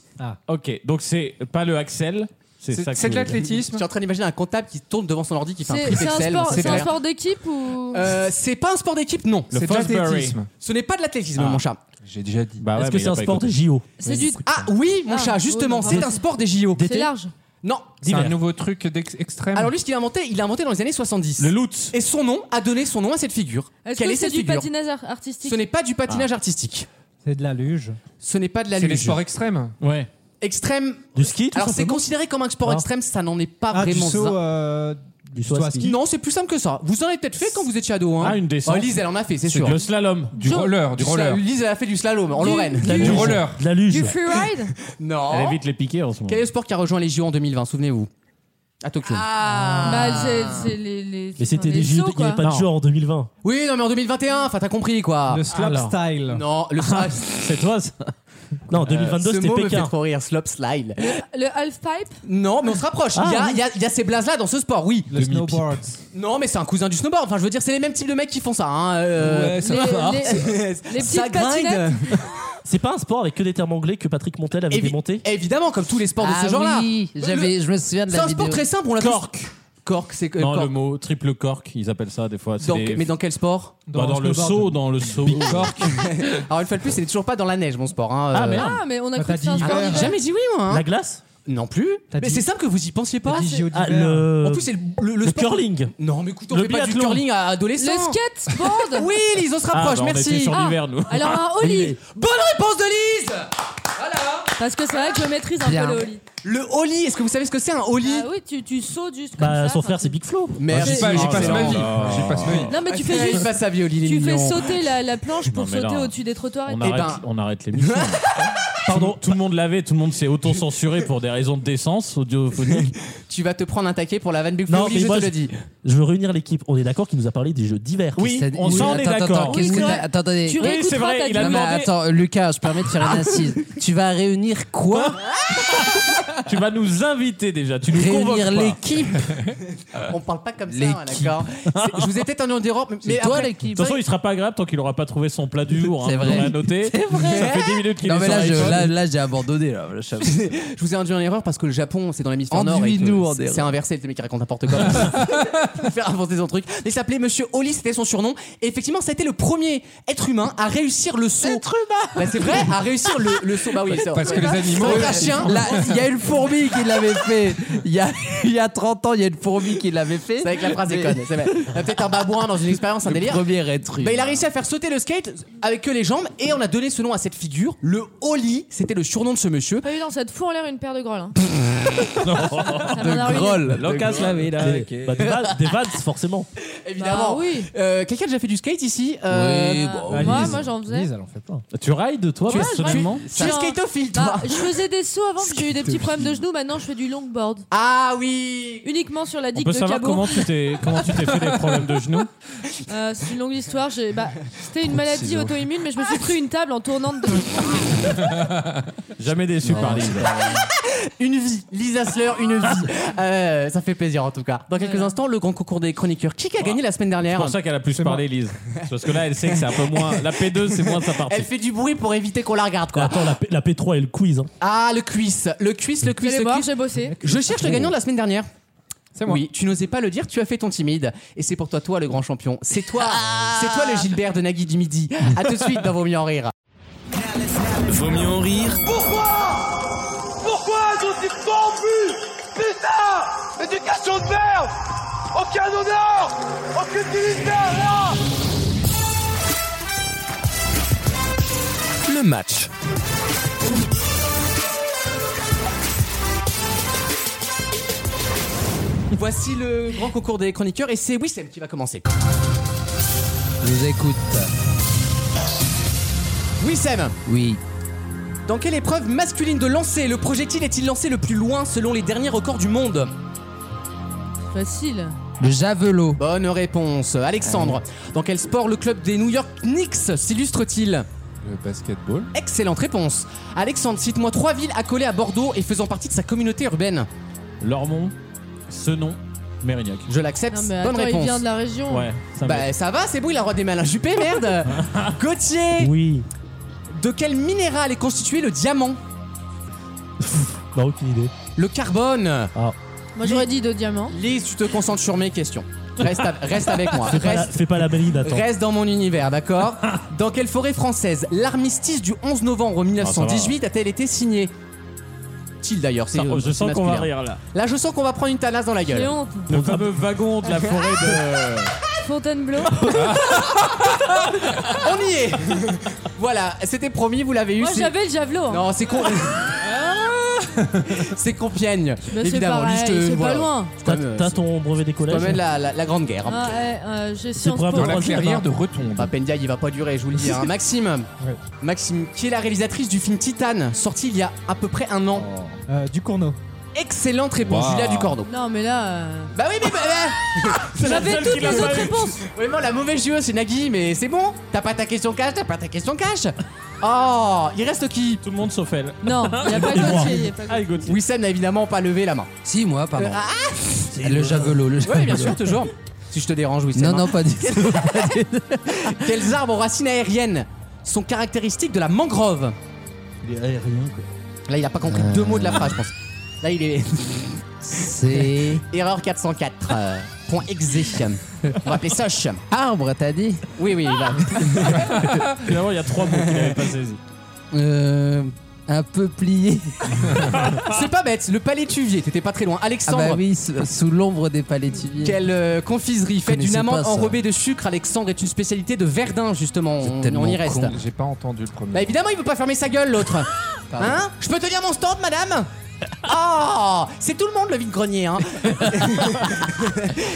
[SPEAKER 4] Ok, donc c'est pas le Axel. C'est ça
[SPEAKER 8] C'est
[SPEAKER 4] que
[SPEAKER 8] c'est de
[SPEAKER 4] vous-
[SPEAKER 2] Je
[SPEAKER 8] l'athlétisme.
[SPEAKER 2] suis en train d'imaginer un comptable qui tourne devant son ordi qui fait un
[SPEAKER 3] C'est
[SPEAKER 2] triple
[SPEAKER 3] c'est un
[SPEAKER 2] Excel.
[SPEAKER 3] sport,
[SPEAKER 2] c'est
[SPEAKER 3] c'est un
[SPEAKER 2] clair.
[SPEAKER 3] sport d'équipe ou
[SPEAKER 2] Euh, c'est pas un sport d'équipe, non.
[SPEAKER 4] Le
[SPEAKER 8] C'est de
[SPEAKER 4] Fosbury.
[SPEAKER 8] l'athlétisme.
[SPEAKER 2] Ce n'est pas de l'athlétisme,
[SPEAKER 4] Ah.
[SPEAKER 2] mon chat.
[SPEAKER 8] J'ai déjà dit.
[SPEAKER 4] Bah ouais,
[SPEAKER 7] Est-ce
[SPEAKER 4] mais
[SPEAKER 7] que
[SPEAKER 4] il
[SPEAKER 7] c'est
[SPEAKER 4] a
[SPEAKER 7] un
[SPEAKER 4] pas
[SPEAKER 7] sport de
[SPEAKER 4] écouté.
[SPEAKER 7] JO
[SPEAKER 3] c'est du
[SPEAKER 2] Ah oui, mon
[SPEAKER 3] Ah,
[SPEAKER 2] chat, justement,
[SPEAKER 3] oui,
[SPEAKER 2] c'est
[SPEAKER 3] bravo.
[SPEAKER 2] un sport des JO.
[SPEAKER 3] c'est large.
[SPEAKER 2] Non.
[SPEAKER 8] C'est un
[SPEAKER 7] Divers.
[SPEAKER 8] nouveau truc d'ex- extrême.
[SPEAKER 2] Alors lui, ce qu'il a inventé, il l'a inventé dans les années 70.
[SPEAKER 4] Le loot.
[SPEAKER 2] Et son nom a donné son nom à cette figure.
[SPEAKER 3] Est-ce
[SPEAKER 2] Quelle
[SPEAKER 3] que
[SPEAKER 2] est
[SPEAKER 3] c'est
[SPEAKER 2] cette
[SPEAKER 3] du
[SPEAKER 2] figure
[SPEAKER 3] patinage ar- artistique
[SPEAKER 7] Ah.
[SPEAKER 2] Ce n'est pas du patinage artistique.
[SPEAKER 5] C'est de la luge.
[SPEAKER 2] Ce n'est pas de la
[SPEAKER 8] c'est les
[SPEAKER 2] luge.
[SPEAKER 8] sports extrêmes.
[SPEAKER 4] Ouais.
[SPEAKER 2] extrême.
[SPEAKER 7] Du ski, tout
[SPEAKER 2] Alors c'est
[SPEAKER 7] simplement
[SPEAKER 2] considéré comme un sport
[SPEAKER 7] Ah.
[SPEAKER 2] extrême, ça n'en est pas
[SPEAKER 7] Ah, du
[SPEAKER 2] vraiment.
[SPEAKER 7] saut,
[SPEAKER 2] un.
[SPEAKER 5] euh,
[SPEAKER 7] Du saut à ski.
[SPEAKER 2] Non, c'est plus simple que ça. Vous en avez peut-être fait quand vous étiez ado. Hein.
[SPEAKER 7] Ah, une descente.
[SPEAKER 2] Oh, Lise, elle en a fait, c'est
[SPEAKER 7] C'est
[SPEAKER 2] sûr.
[SPEAKER 7] le slalom.
[SPEAKER 5] Du roller, du
[SPEAKER 2] sla-
[SPEAKER 5] roller.
[SPEAKER 2] Lise, elle a fait du slalom en Lorraine.
[SPEAKER 7] De la luge. De la luge.
[SPEAKER 3] Du freeride
[SPEAKER 2] (laughs) Non.
[SPEAKER 4] Elle évite les piquets en ce moment.
[SPEAKER 2] Oh. Quel est le sport qui a rejoint les JO en 2020 Souvenez-vous. À Tokyo. Ah.
[SPEAKER 3] Bah, c'est c'est les. les
[SPEAKER 7] Mais c'était
[SPEAKER 3] enfin,
[SPEAKER 7] des
[SPEAKER 3] les
[SPEAKER 7] JO,
[SPEAKER 3] sauts,
[SPEAKER 7] il n'y avait
[SPEAKER 3] quoi.
[SPEAKER 7] pas de genre en 2020.
[SPEAKER 2] Oui, non, mais en 2021, enfin, t'as compris quoi.
[SPEAKER 5] Le slopestyle.
[SPEAKER 2] Non, le slop.
[SPEAKER 7] C'est toi ça Non,
[SPEAKER 2] Euh, ce
[SPEAKER 7] 2022 Ah. c'était
[SPEAKER 2] mot me fait
[SPEAKER 7] Pékin.
[SPEAKER 2] trop rire, slop slide.
[SPEAKER 3] Le half-pipe
[SPEAKER 2] Non, mais on se rapproche.
[SPEAKER 7] Ah,
[SPEAKER 2] Il y a- il y, a, il y a ces blazes-là dans ce sport, oui.
[SPEAKER 5] Le snowboard.
[SPEAKER 2] Non, mais c'est un cousin du snowboard. Enfin, je veux dire, c'est les mêmes types de mecs qui font ça. Hein. euh, (laughs)
[SPEAKER 5] Ouais, ça
[SPEAKER 3] les-
[SPEAKER 5] va.
[SPEAKER 3] les- les
[SPEAKER 2] ça
[SPEAKER 3] petites
[SPEAKER 2] grind.
[SPEAKER 3] patinettes
[SPEAKER 7] C'est pas un sport avec que des termes anglais que Patrick Montel avait
[SPEAKER 2] Évi-
[SPEAKER 7] démonté
[SPEAKER 2] Évidemment, comme tous les sports de
[SPEAKER 6] Ah
[SPEAKER 2] ce genre-là.
[SPEAKER 6] oui, j'avais, je me souviens de
[SPEAKER 2] C'est un
[SPEAKER 6] la
[SPEAKER 2] sport
[SPEAKER 6] vidéo.
[SPEAKER 2] très simple, on l'a
[SPEAKER 4] Cork.
[SPEAKER 2] tous- Cork, c'est euh,
[SPEAKER 4] Non,
[SPEAKER 2] cork.
[SPEAKER 4] le mot triple cork, ils appellent ça des fois. c'est
[SPEAKER 2] Dans-
[SPEAKER 4] des-
[SPEAKER 2] Mais dans quel sport
[SPEAKER 4] Bah, dans, le
[SPEAKER 5] snowboard.
[SPEAKER 4] saut, dans le saut.
[SPEAKER 2] Alors, une fois de plus, c'est toujours pas dans la neige, mon sport. Hein.
[SPEAKER 7] Ah,
[SPEAKER 2] euh.
[SPEAKER 7] merde.
[SPEAKER 3] Ah, mais on a
[SPEAKER 5] Bah,
[SPEAKER 3] cru
[SPEAKER 5] t'as
[SPEAKER 3] que c'était un
[SPEAKER 5] dit
[SPEAKER 3] sport
[SPEAKER 5] hiver.
[SPEAKER 3] d'hiver.
[SPEAKER 2] Jamais dit oui, moi. hein.
[SPEAKER 7] La glace
[SPEAKER 2] Non plus.
[SPEAKER 5] T'as
[SPEAKER 2] Mais
[SPEAKER 5] dit-
[SPEAKER 2] c'est simple que vous y pensiez pas.
[SPEAKER 5] T'as dit JO
[SPEAKER 7] Ah,
[SPEAKER 5] d'hiver.
[SPEAKER 7] le...
[SPEAKER 4] euh,
[SPEAKER 2] En plus, c'est le, le- Bah,
[SPEAKER 7] le
[SPEAKER 2] sport-
[SPEAKER 7] curling.
[SPEAKER 2] Non, mais écoute, on
[SPEAKER 7] Le
[SPEAKER 2] fait pas du
[SPEAKER 7] biathlon.
[SPEAKER 2] curling à adolescent.
[SPEAKER 3] Le skateboard
[SPEAKER 2] Oui, Lise, on se
[SPEAKER 4] Ah, bah,
[SPEAKER 2] rapproche,
[SPEAKER 4] on était
[SPEAKER 2] merci.
[SPEAKER 4] sur
[SPEAKER 3] Ah.
[SPEAKER 4] l'hiver, nous.
[SPEAKER 3] Alors
[SPEAKER 4] (laughs)
[SPEAKER 3] un holly
[SPEAKER 2] Bonne réponse de Lise
[SPEAKER 3] Parce que c'est vrai que je maîtrise un
[SPEAKER 6] Bien.
[SPEAKER 3] peu le holly.
[SPEAKER 2] Le holly, est-ce que vous savez ce que c'est un holly
[SPEAKER 3] Ah oui, tu, tu sautes juste comme
[SPEAKER 7] Bah,
[SPEAKER 3] ça.
[SPEAKER 7] son
[SPEAKER 3] enfin,
[SPEAKER 7] frère,
[SPEAKER 3] tu-
[SPEAKER 7] c'est Big Flo.
[SPEAKER 2] Merci.
[SPEAKER 5] J'ai pas, j'y
[SPEAKER 4] Ah,
[SPEAKER 5] passe
[SPEAKER 4] c'est
[SPEAKER 5] ma
[SPEAKER 4] long,
[SPEAKER 5] vie.
[SPEAKER 4] là.
[SPEAKER 5] J'y passe ma vie.
[SPEAKER 3] Non mais Ah,
[SPEAKER 4] Ah,
[SPEAKER 3] tu fais
[SPEAKER 2] Il
[SPEAKER 3] juste...
[SPEAKER 2] passe sa vie au Lily, il est
[SPEAKER 3] Tu fais
[SPEAKER 2] mignon.
[SPEAKER 3] sauter la, la planche pour
[SPEAKER 4] Non, mais là,
[SPEAKER 3] sauter au-dessus des trottoirs. et-
[SPEAKER 4] On
[SPEAKER 2] Eh
[SPEAKER 4] arrête,
[SPEAKER 2] ben.
[SPEAKER 4] on arrête (laughs) l'émission. Pardon, tout le monde l'avait, tout le monde s'est auto-censuré pour des raisons de décence audiophonique.
[SPEAKER 2] Tu vas te prendre un taquet pour la vanne Big
[SPEAKER 7] Non,
[SPEAKER 2] Flo,
[SPEAKER 7] mais
[SPEAKER 2] Lily, je
[SPEAKER 7] moi,
[SPEAKER 2] te le dis.
[SPEAKER 7] Je veux réunir l'équipe. On est d'accord qu'il nous a parlé des jeux d'hiver.
[SPEAKER 4] Oui,
[SPEAKER 6] C'est-
[SPEAKER 4] on
[SPEAKER 6] oui,
[SPEAKER 4] s'en est
[SPEAKER 6] attends, attends,
[SPEAKER 4] d'accord.
[SPEAKER 6] Qu'est-ce que
[SPEAKER 3] Oui,
[SPEAKER 6] t'as- Attends, attendez.
[SPEAKER 3] Tu
[SPEAKER 4] Oui,
[SPEAKER 3] réécoutes
[SPEAKER 4] c'est vrai,
[SPEAKER 3] pas, t'as
[SPEAKER 4] il a
[SPEAKER 6] Non, mais
[SPEAKER 3] dit-
[SPEAKER 4] demandé-
[SPEAKER 6] attends, Lucas, je permets de faire une assise. tu vas réunir quoi
[SPEAKER 4] Tu vas nous inviter déjà, tu nous convoques
[SPEAKER 6] Réunir
[SPEAKER 4] pas.
[SPEAKER 6] l'équipe
[SPEAKER 2] On parle pas comme ça,
[SPEAKER 6] Les
[SPEAKER 2] hein, d'accord C'est- Je vous ai peut-être en dehors, mais- mais
[SPEAKER 6] C'est toi
[SPEAKER 2] après-
[SPEAKER 4] De
[SPEAKER 6] l'équipe
[SPEAKER 4] toute façon, il sera pas agréable tant qu'il aura pas trouvé son plat du jour. Hein,
[SPEAKER 6] C'est
[SPEAKER 4] on
[SPEAKER 6] vrai.
[SPEAKER 4] l'a noté.
[SPEAKER 6] C'est vrai.
[SPEAKER 4] Ça fait 10 minutes qu'il
[SPEAKER 6] Non
[SPEAKER 4] est
[SPEAKER 6] mais
[SPEAKER 4] sur
[SPEAKER 6] là,
[SPEAKER 4] (laughs)
[SPEAKER 6] je-
[SPEAKER 4] l'iPhone.
[SPEAKER 6] là, là, j'ai abandonné là. Je savais-
[SPEAKER 2] je vous ai induit en erreur parce que le Japon, c'est dans l'hémisphère nord. et que
[SPEAKER 6] Enduis-nous en
[SPEAKER 2] c'est-
[SPEAKER 6] erreur.
[SPEAKER 2] C'est inversé, le mec qui raconte n'importe quoi. Faire avancer son truc. Mais il s'appelait Monsieur Oli, c'était son surnom. Et effectivement, ça a été le premier être humain à réussir le saut. Être humain C'est vrai, à réussir le, le saut. Bah oui, ça.
[SPEAKER 5] Parce que les animaux.
[SPEAKER 2] Sauf un chien.
[SPEAKER 6] Là, il y a une fourmi qui l'avait fait. Il y a, il y a 30 ans, il y a une fourmi qui l'avait fait.
[SPEAKER 2] C'est avec la phrase déconne, c'est vrai. Il y a Peut-être un babouin dans une expérience, un
[SPEAKER 6] Le
[SPEAKER 2] délire.
[SPEAKER 6] premier être
[SPEAKER 2] Bah, il a
[SPEAKER 6] humain.
[SPEAKER 2] réussi à faire sauter le skate avec que les jambes et on a donné ce nom à cette figure, le Oli, c'était le surnom de ce monsieur.
[SPEAKER 3] Pas eu dans cette fourrure une paire de grolles. Hein. Ça
[SPEAKER 2] Euh,
[SPEAKER 3] m'en a ruiné.
[SPEAKER 6] Groll.
[SPEAKER 4] Locas la vida.
[SPEAKER 7] Bah, des, vannes, des vannes, forcément.
[SPEAKER 2] Évidemment.
[SPEAKER 3] Bah oui.
[SPEAKER 2] Euh, Quelqu'un a déjà fait du skate ici Euh,
[SPEAKER 6] Oui,
[SPEAKER 3] Euh,
[SPEAKER 6] bon,
[SPEAKER 5] Ah,
[SPEAKER 3] moi,
[SPEAKER 5] Lise.
[SPEAKER 3] moi j'en faisais.
[SPEAKER 5] Lise, elle en fait pas.
[SPEAKER 4] Tu rides, toi,
[SPEAKER 3] Ouais, je ride.
[SPEAKER 4] personnellement
[SPEAKER 2] Tu es
[SPEAKER 3] Non.
[SPEAKER 2] skateophile, toi
[SPEAKER 3] Bah, je faisais des sauts avant, puis j'ai eu des petits problèmes de genoux. Maintenant, je fais du longboard.
[SPEAKER 2] Ah oui
[SPEAKER 3] Uniquement sur la
[SPEAKER 4] On
[SPEAKER 3] digue
[SPEAKER 4] peut
[SPEAKER 3] de
[SPEAKER 4] savoir
[SPEAKER 3] Cabourg.
[SPEAKER 4] comment tu t'es comment tu t'es fait des problèmes de genoux
[SPEAKER 3] Euh, c'est une longue histoire. j'ai- Bah, C'était une maladie auto-immune, mais je me suis pris une table en
[SPEAKER 4] (laughs)
[SPEAKER 3] tournant de
[SPEAKER 4] Jamais déçu par Lise.
[SPEAKER 2] Une vie, Lisa Sleur,
[SPEAKER 3] (laughs)
[SPEAKER 2] une vie. Euh, ça fait plaisir en tout cas. Dans quelques
[SPEAKER 3] Voilà.
[SPEAKER 2] instants, le grand concours des chroniqueurs. Qui a gagné la semaine
[SPEAKER 4] C'est
[SPEAKER 2] dernière
[SPEAKER 4] pour ça qu'elle a plus parlé, Lise. Parce que là, elle sait que c'est un peu moins. La P2, c'est moins sa partie.
[SPEAKER 2] Elle fait du bruit pour éviter qu'on la regarde quoi.
[SPEAKER 7] Attends, la, P- la P3 et le quiz. hein.
[SPEAKER 2] Ah le cuisse, le cuisse, le
[SPEAKER 3] Vous
[SPEAKER 2] cuisse,
[SPEAKER 3] allez
[SPEAKER 2] le
[SPEAKER 3] voir,
[SPEAKER 2] cuisse.
[SPEAKER 3] j'ai bossé.
[SPEAKER 2] Je cherche le gagnant de la semaine dernière.
[SPEAKER 5] C'est moi.
[SPEAKER 2] Oui, tu n'osais pas le dire, tu as fait ton timide. Et c'est pour toi, toi, le grand champion. C'est toi, c'est toi le Gilbert de Nagui du Midi. À tout de suite dans Vos mieux en rire.
[SPEAKER 1] Vaut mieux en rire
[SPEAKER 9] Pourquoi nous tu te en plus Putain Éducation de merde Aucun honneur Aucune dignité, rien
[SPEAKER 1] Le match.
[SPEAKER 2] Voici le grand concours des chroniqueurs et c'est Wissem qui va commencer.
[SPEAKER 6] Je vous écoute.
[SPEAKER 2] Wissem,
[SPEAKER 6] Oui.
[SPEAKER 2] dans quelle épreuve masculine de lancer le projectile est-il lancé le plus loin selon les derniers records du monde
[SPEAKER 3] Facile.
[SPEAKER 6] Le javelot. Ah.
[SPEAKER 2] Bonne réponse. Alexandre, dans quel sport le club des New York Knicks s'illustre-t-il
[SPEAKER 5] Le basketball.
[SPEAKER 2] Excellente réponse. Alexandre, cite-moi trois villes accolées à Bordeaux et faisant partie de sa communauté urbaine.
[SPEAKER 4] Lormont, Senon, Mérignac.
[SPEAKER 2] Je l'accepte.
[SPEAKER 3] Non, mais
[SPEAKER 2] Bonne
[SPEAKER 3] attends, il
[SPEAKER 2] réponse.
[SPEAKER 3] vient de la région.
[SPEAKER 4] Ouais, ça
[SPEAKER 2] Bah ça va, c'est bon, il a le droit des malins jupés, merde
[SPEAKER 3] (laughs)
[SPEAKER 2] Gauthier
[SPEAKER 7] Oui.
[SPEAKER 2] De quel minéral est constitué le diamant
[SPEAKER 7] Bah, aucune idée.
[SPEAKER 2] Le carbone
[SPEAKER 3] Moi, j'aurais dit de diamant.
[SPEAKER 2] Lise, tu te concentres sur mes questions. Reste, av- reste
[SPEAKER 4] (laughs)
[SPEAKER 2] avec moi.
[SPEAKER 7] Fais pas, la,
[SPEAKER 2] Reste,
[SPEAKER 7] fais pas la bride, attends.
[SPEAKER 2] reste dans mon univers, d'accord Dans quelle forêt française l'armistice du 11
[SPEAKER 4] Ah,
[SPEAKER 2] novembre 1918 a-t-elle été signée Til d'ailleurs, c'est
[SPEAKER 4] Ça-
[SPEAKER 2] euh,
[SPEAKER 4] je
[SPEAKER 2] c'est
[SPEAKER 4] sens qu'on va
[SPEAKER 2] masculin.
[SPEAKER 4] rire là.
[SPEAKER 2] Là, je sens qu'on va prendre une tanasse dans la
[SPEAKER 3] J'ai
[SPEAKER 2] gueule.
[SPEAKER 3] honte.
[SPEAKER 4] Le fameux wagon de la forêt de.
[SPEAKER 3] Fontainebleau.
[SPEAKER 2] On y est Voilà, c'était promis, vous l'avez eu.
[SPEAKER 3] Moi,
[SPEAKER 2] c'est-
[SPEAKER 3] j'avais le javelot. hein.
[SPEAKER 2] Non, c'est con. (laughs) c'est Compiègne.
[SPEAKER 3] Mais Bah, c'est
[SPEAKER 2] évidemment,
[SPEAKER 3] pareil,
[SPEAKER 2] Lui, je te-
[SPEAKER 3] c'est pas
[SPEAKER 2] voilà.
[SPEAKER 3] loin.
[SPEAKER 2] Je
[SPEAKER 7] T'as
[SPEAKER 2] t'emmène, euh,
[SPEAKER 7] t'as ton brevet des
[SPEAKER 2] je
[SPEAKER 7] collèges
[SPEAKER 2] t'emmène la, la, la Grande Guerre.
[SPEAKER 3] Ah, ouais, euh, J'ai Sciences
[SPEAKER 7] probable
[SPEAKER 3] Po.
[SPEAKER 7] dans la
[SPEAKER 8] clairière de Retonde.
[SPEAKER 2] Papendia, il va pas durer, je vous le dis. hein.
[SPEAKER 3] (laughs)
[SPEAKER 2] Maxime,
[SPEAKER 5] Ouais.
[SPEAKER 2] Maxime, qui est la réalisatrice du film Titane, sorti il y a à peu près un an.
[SPEAKER 3] Oh.
[SPEAKER 5] Euh, du Cournot.
[SPEAKER 2] Excellente réponse,
[SPEAKER 8] Wow.
[SPEAKER 2] Julia Ducorneau.
[SPEAKER 3] Non, mais là. euh,
[SPEAKER 2] Bah oui, mais bah,
[SPEAKER 3] (laughs)
[SPEAKER 2] bah,
[SPEAKER 3] J'avais toutes les autres réponses.
[SPEAKER 2] vraiment la mauvaise joueuse, c'est Nagui, mais c'est bon. T'as pas ta question cash, t'as pas ta question cash. Oh, il reste qui
[SPEAKER 4] Tout le monde sauf elle.
[SPEAKER 3] Non, il n'y a pas
[SPEAKER 7] Et moi.
[SPEAKER 3] Gauthier. y a pas Gauthier.
[SPEAKER 4] Ah, et Gauthier.
[SPEAKER 2] Wissem n'a évidemment pas levé la main.
[SPEAKER 6] Si, moi, pardon.
[SPEAKER 2] Euh, ah,
[SPEAKER 6] le javelot, le javelot.
[SPEAKER 2] oui, bien sûr, toujours. Si je te dérange, Wissem.
[SPEAKER 6] Non,
[SPEAKER 2] hein.
[SPEAKER 6] non, pas du tout.
[SPEAKER 2] Quels arbres aux racines aériennes sont caractéristiques de la mangrove
[SPEAKER 7] Il est aérien, quoi.
[SPEAKER 2] Là, il a pas compris
[SPEAKER 6] Euh.
[SPEAKER 2] deux mots de la phrase, je pense. Là, il est. (laughs)
[SPEAKER 6] C'est.
[SPEAKER 2] Erreur 404. euh, point exe. On va appeler Soch.
[SPEAKER 6] Arbre, t'as dit
[SPEAKER 2] Oui, oui, (laughs) il va.
[SPEAKER 4] Finalement, il y a trois mots qu'il avait pas saisi.
[SPEAKER 6] Euh. Un peu plié.
[SPEAKER 2] C'est pas bête, le palétuvier, t'étais pas très loin.
[SPEAKER 6] Ah
[SPEAKER 2] Alexandre,
[SPEAKER 6] bah oui, sous sous l'ombre des palétuviers.
[SPEAKER 2] quelle euh, confiserie faite d'une
[SPEAKER 6] connaissais
[SPEAKER 2] amande
[SPEAKER 6] pas ça.
[SPEAKER 2] enrobée de sucre, Alexandre, est une spécialité de Verdun, justement.
[SPEAKER 6] C'est
[SPEAKER 2] On,
[SPEAKER 6] tellement
[SPEAKER 2] on y reste.
[SPEAKER 6] con.
[SPEAKER 8] J'ai pas entendu le premier.
[SPEAKER 2] Bah évidemment, il veut pas fermer sa
[SPEAKER 3] (laughs)
[SPEAKER 2] gueule, l'autre.
[SPEAKER 6] Pardon.
[SPEAKER 2] hein Je peux tenir mon stand, madame Oh C'est tout le monde le
[SPEAKER 3] (laughs)
[SPEAKER 2] vide-grenier, hein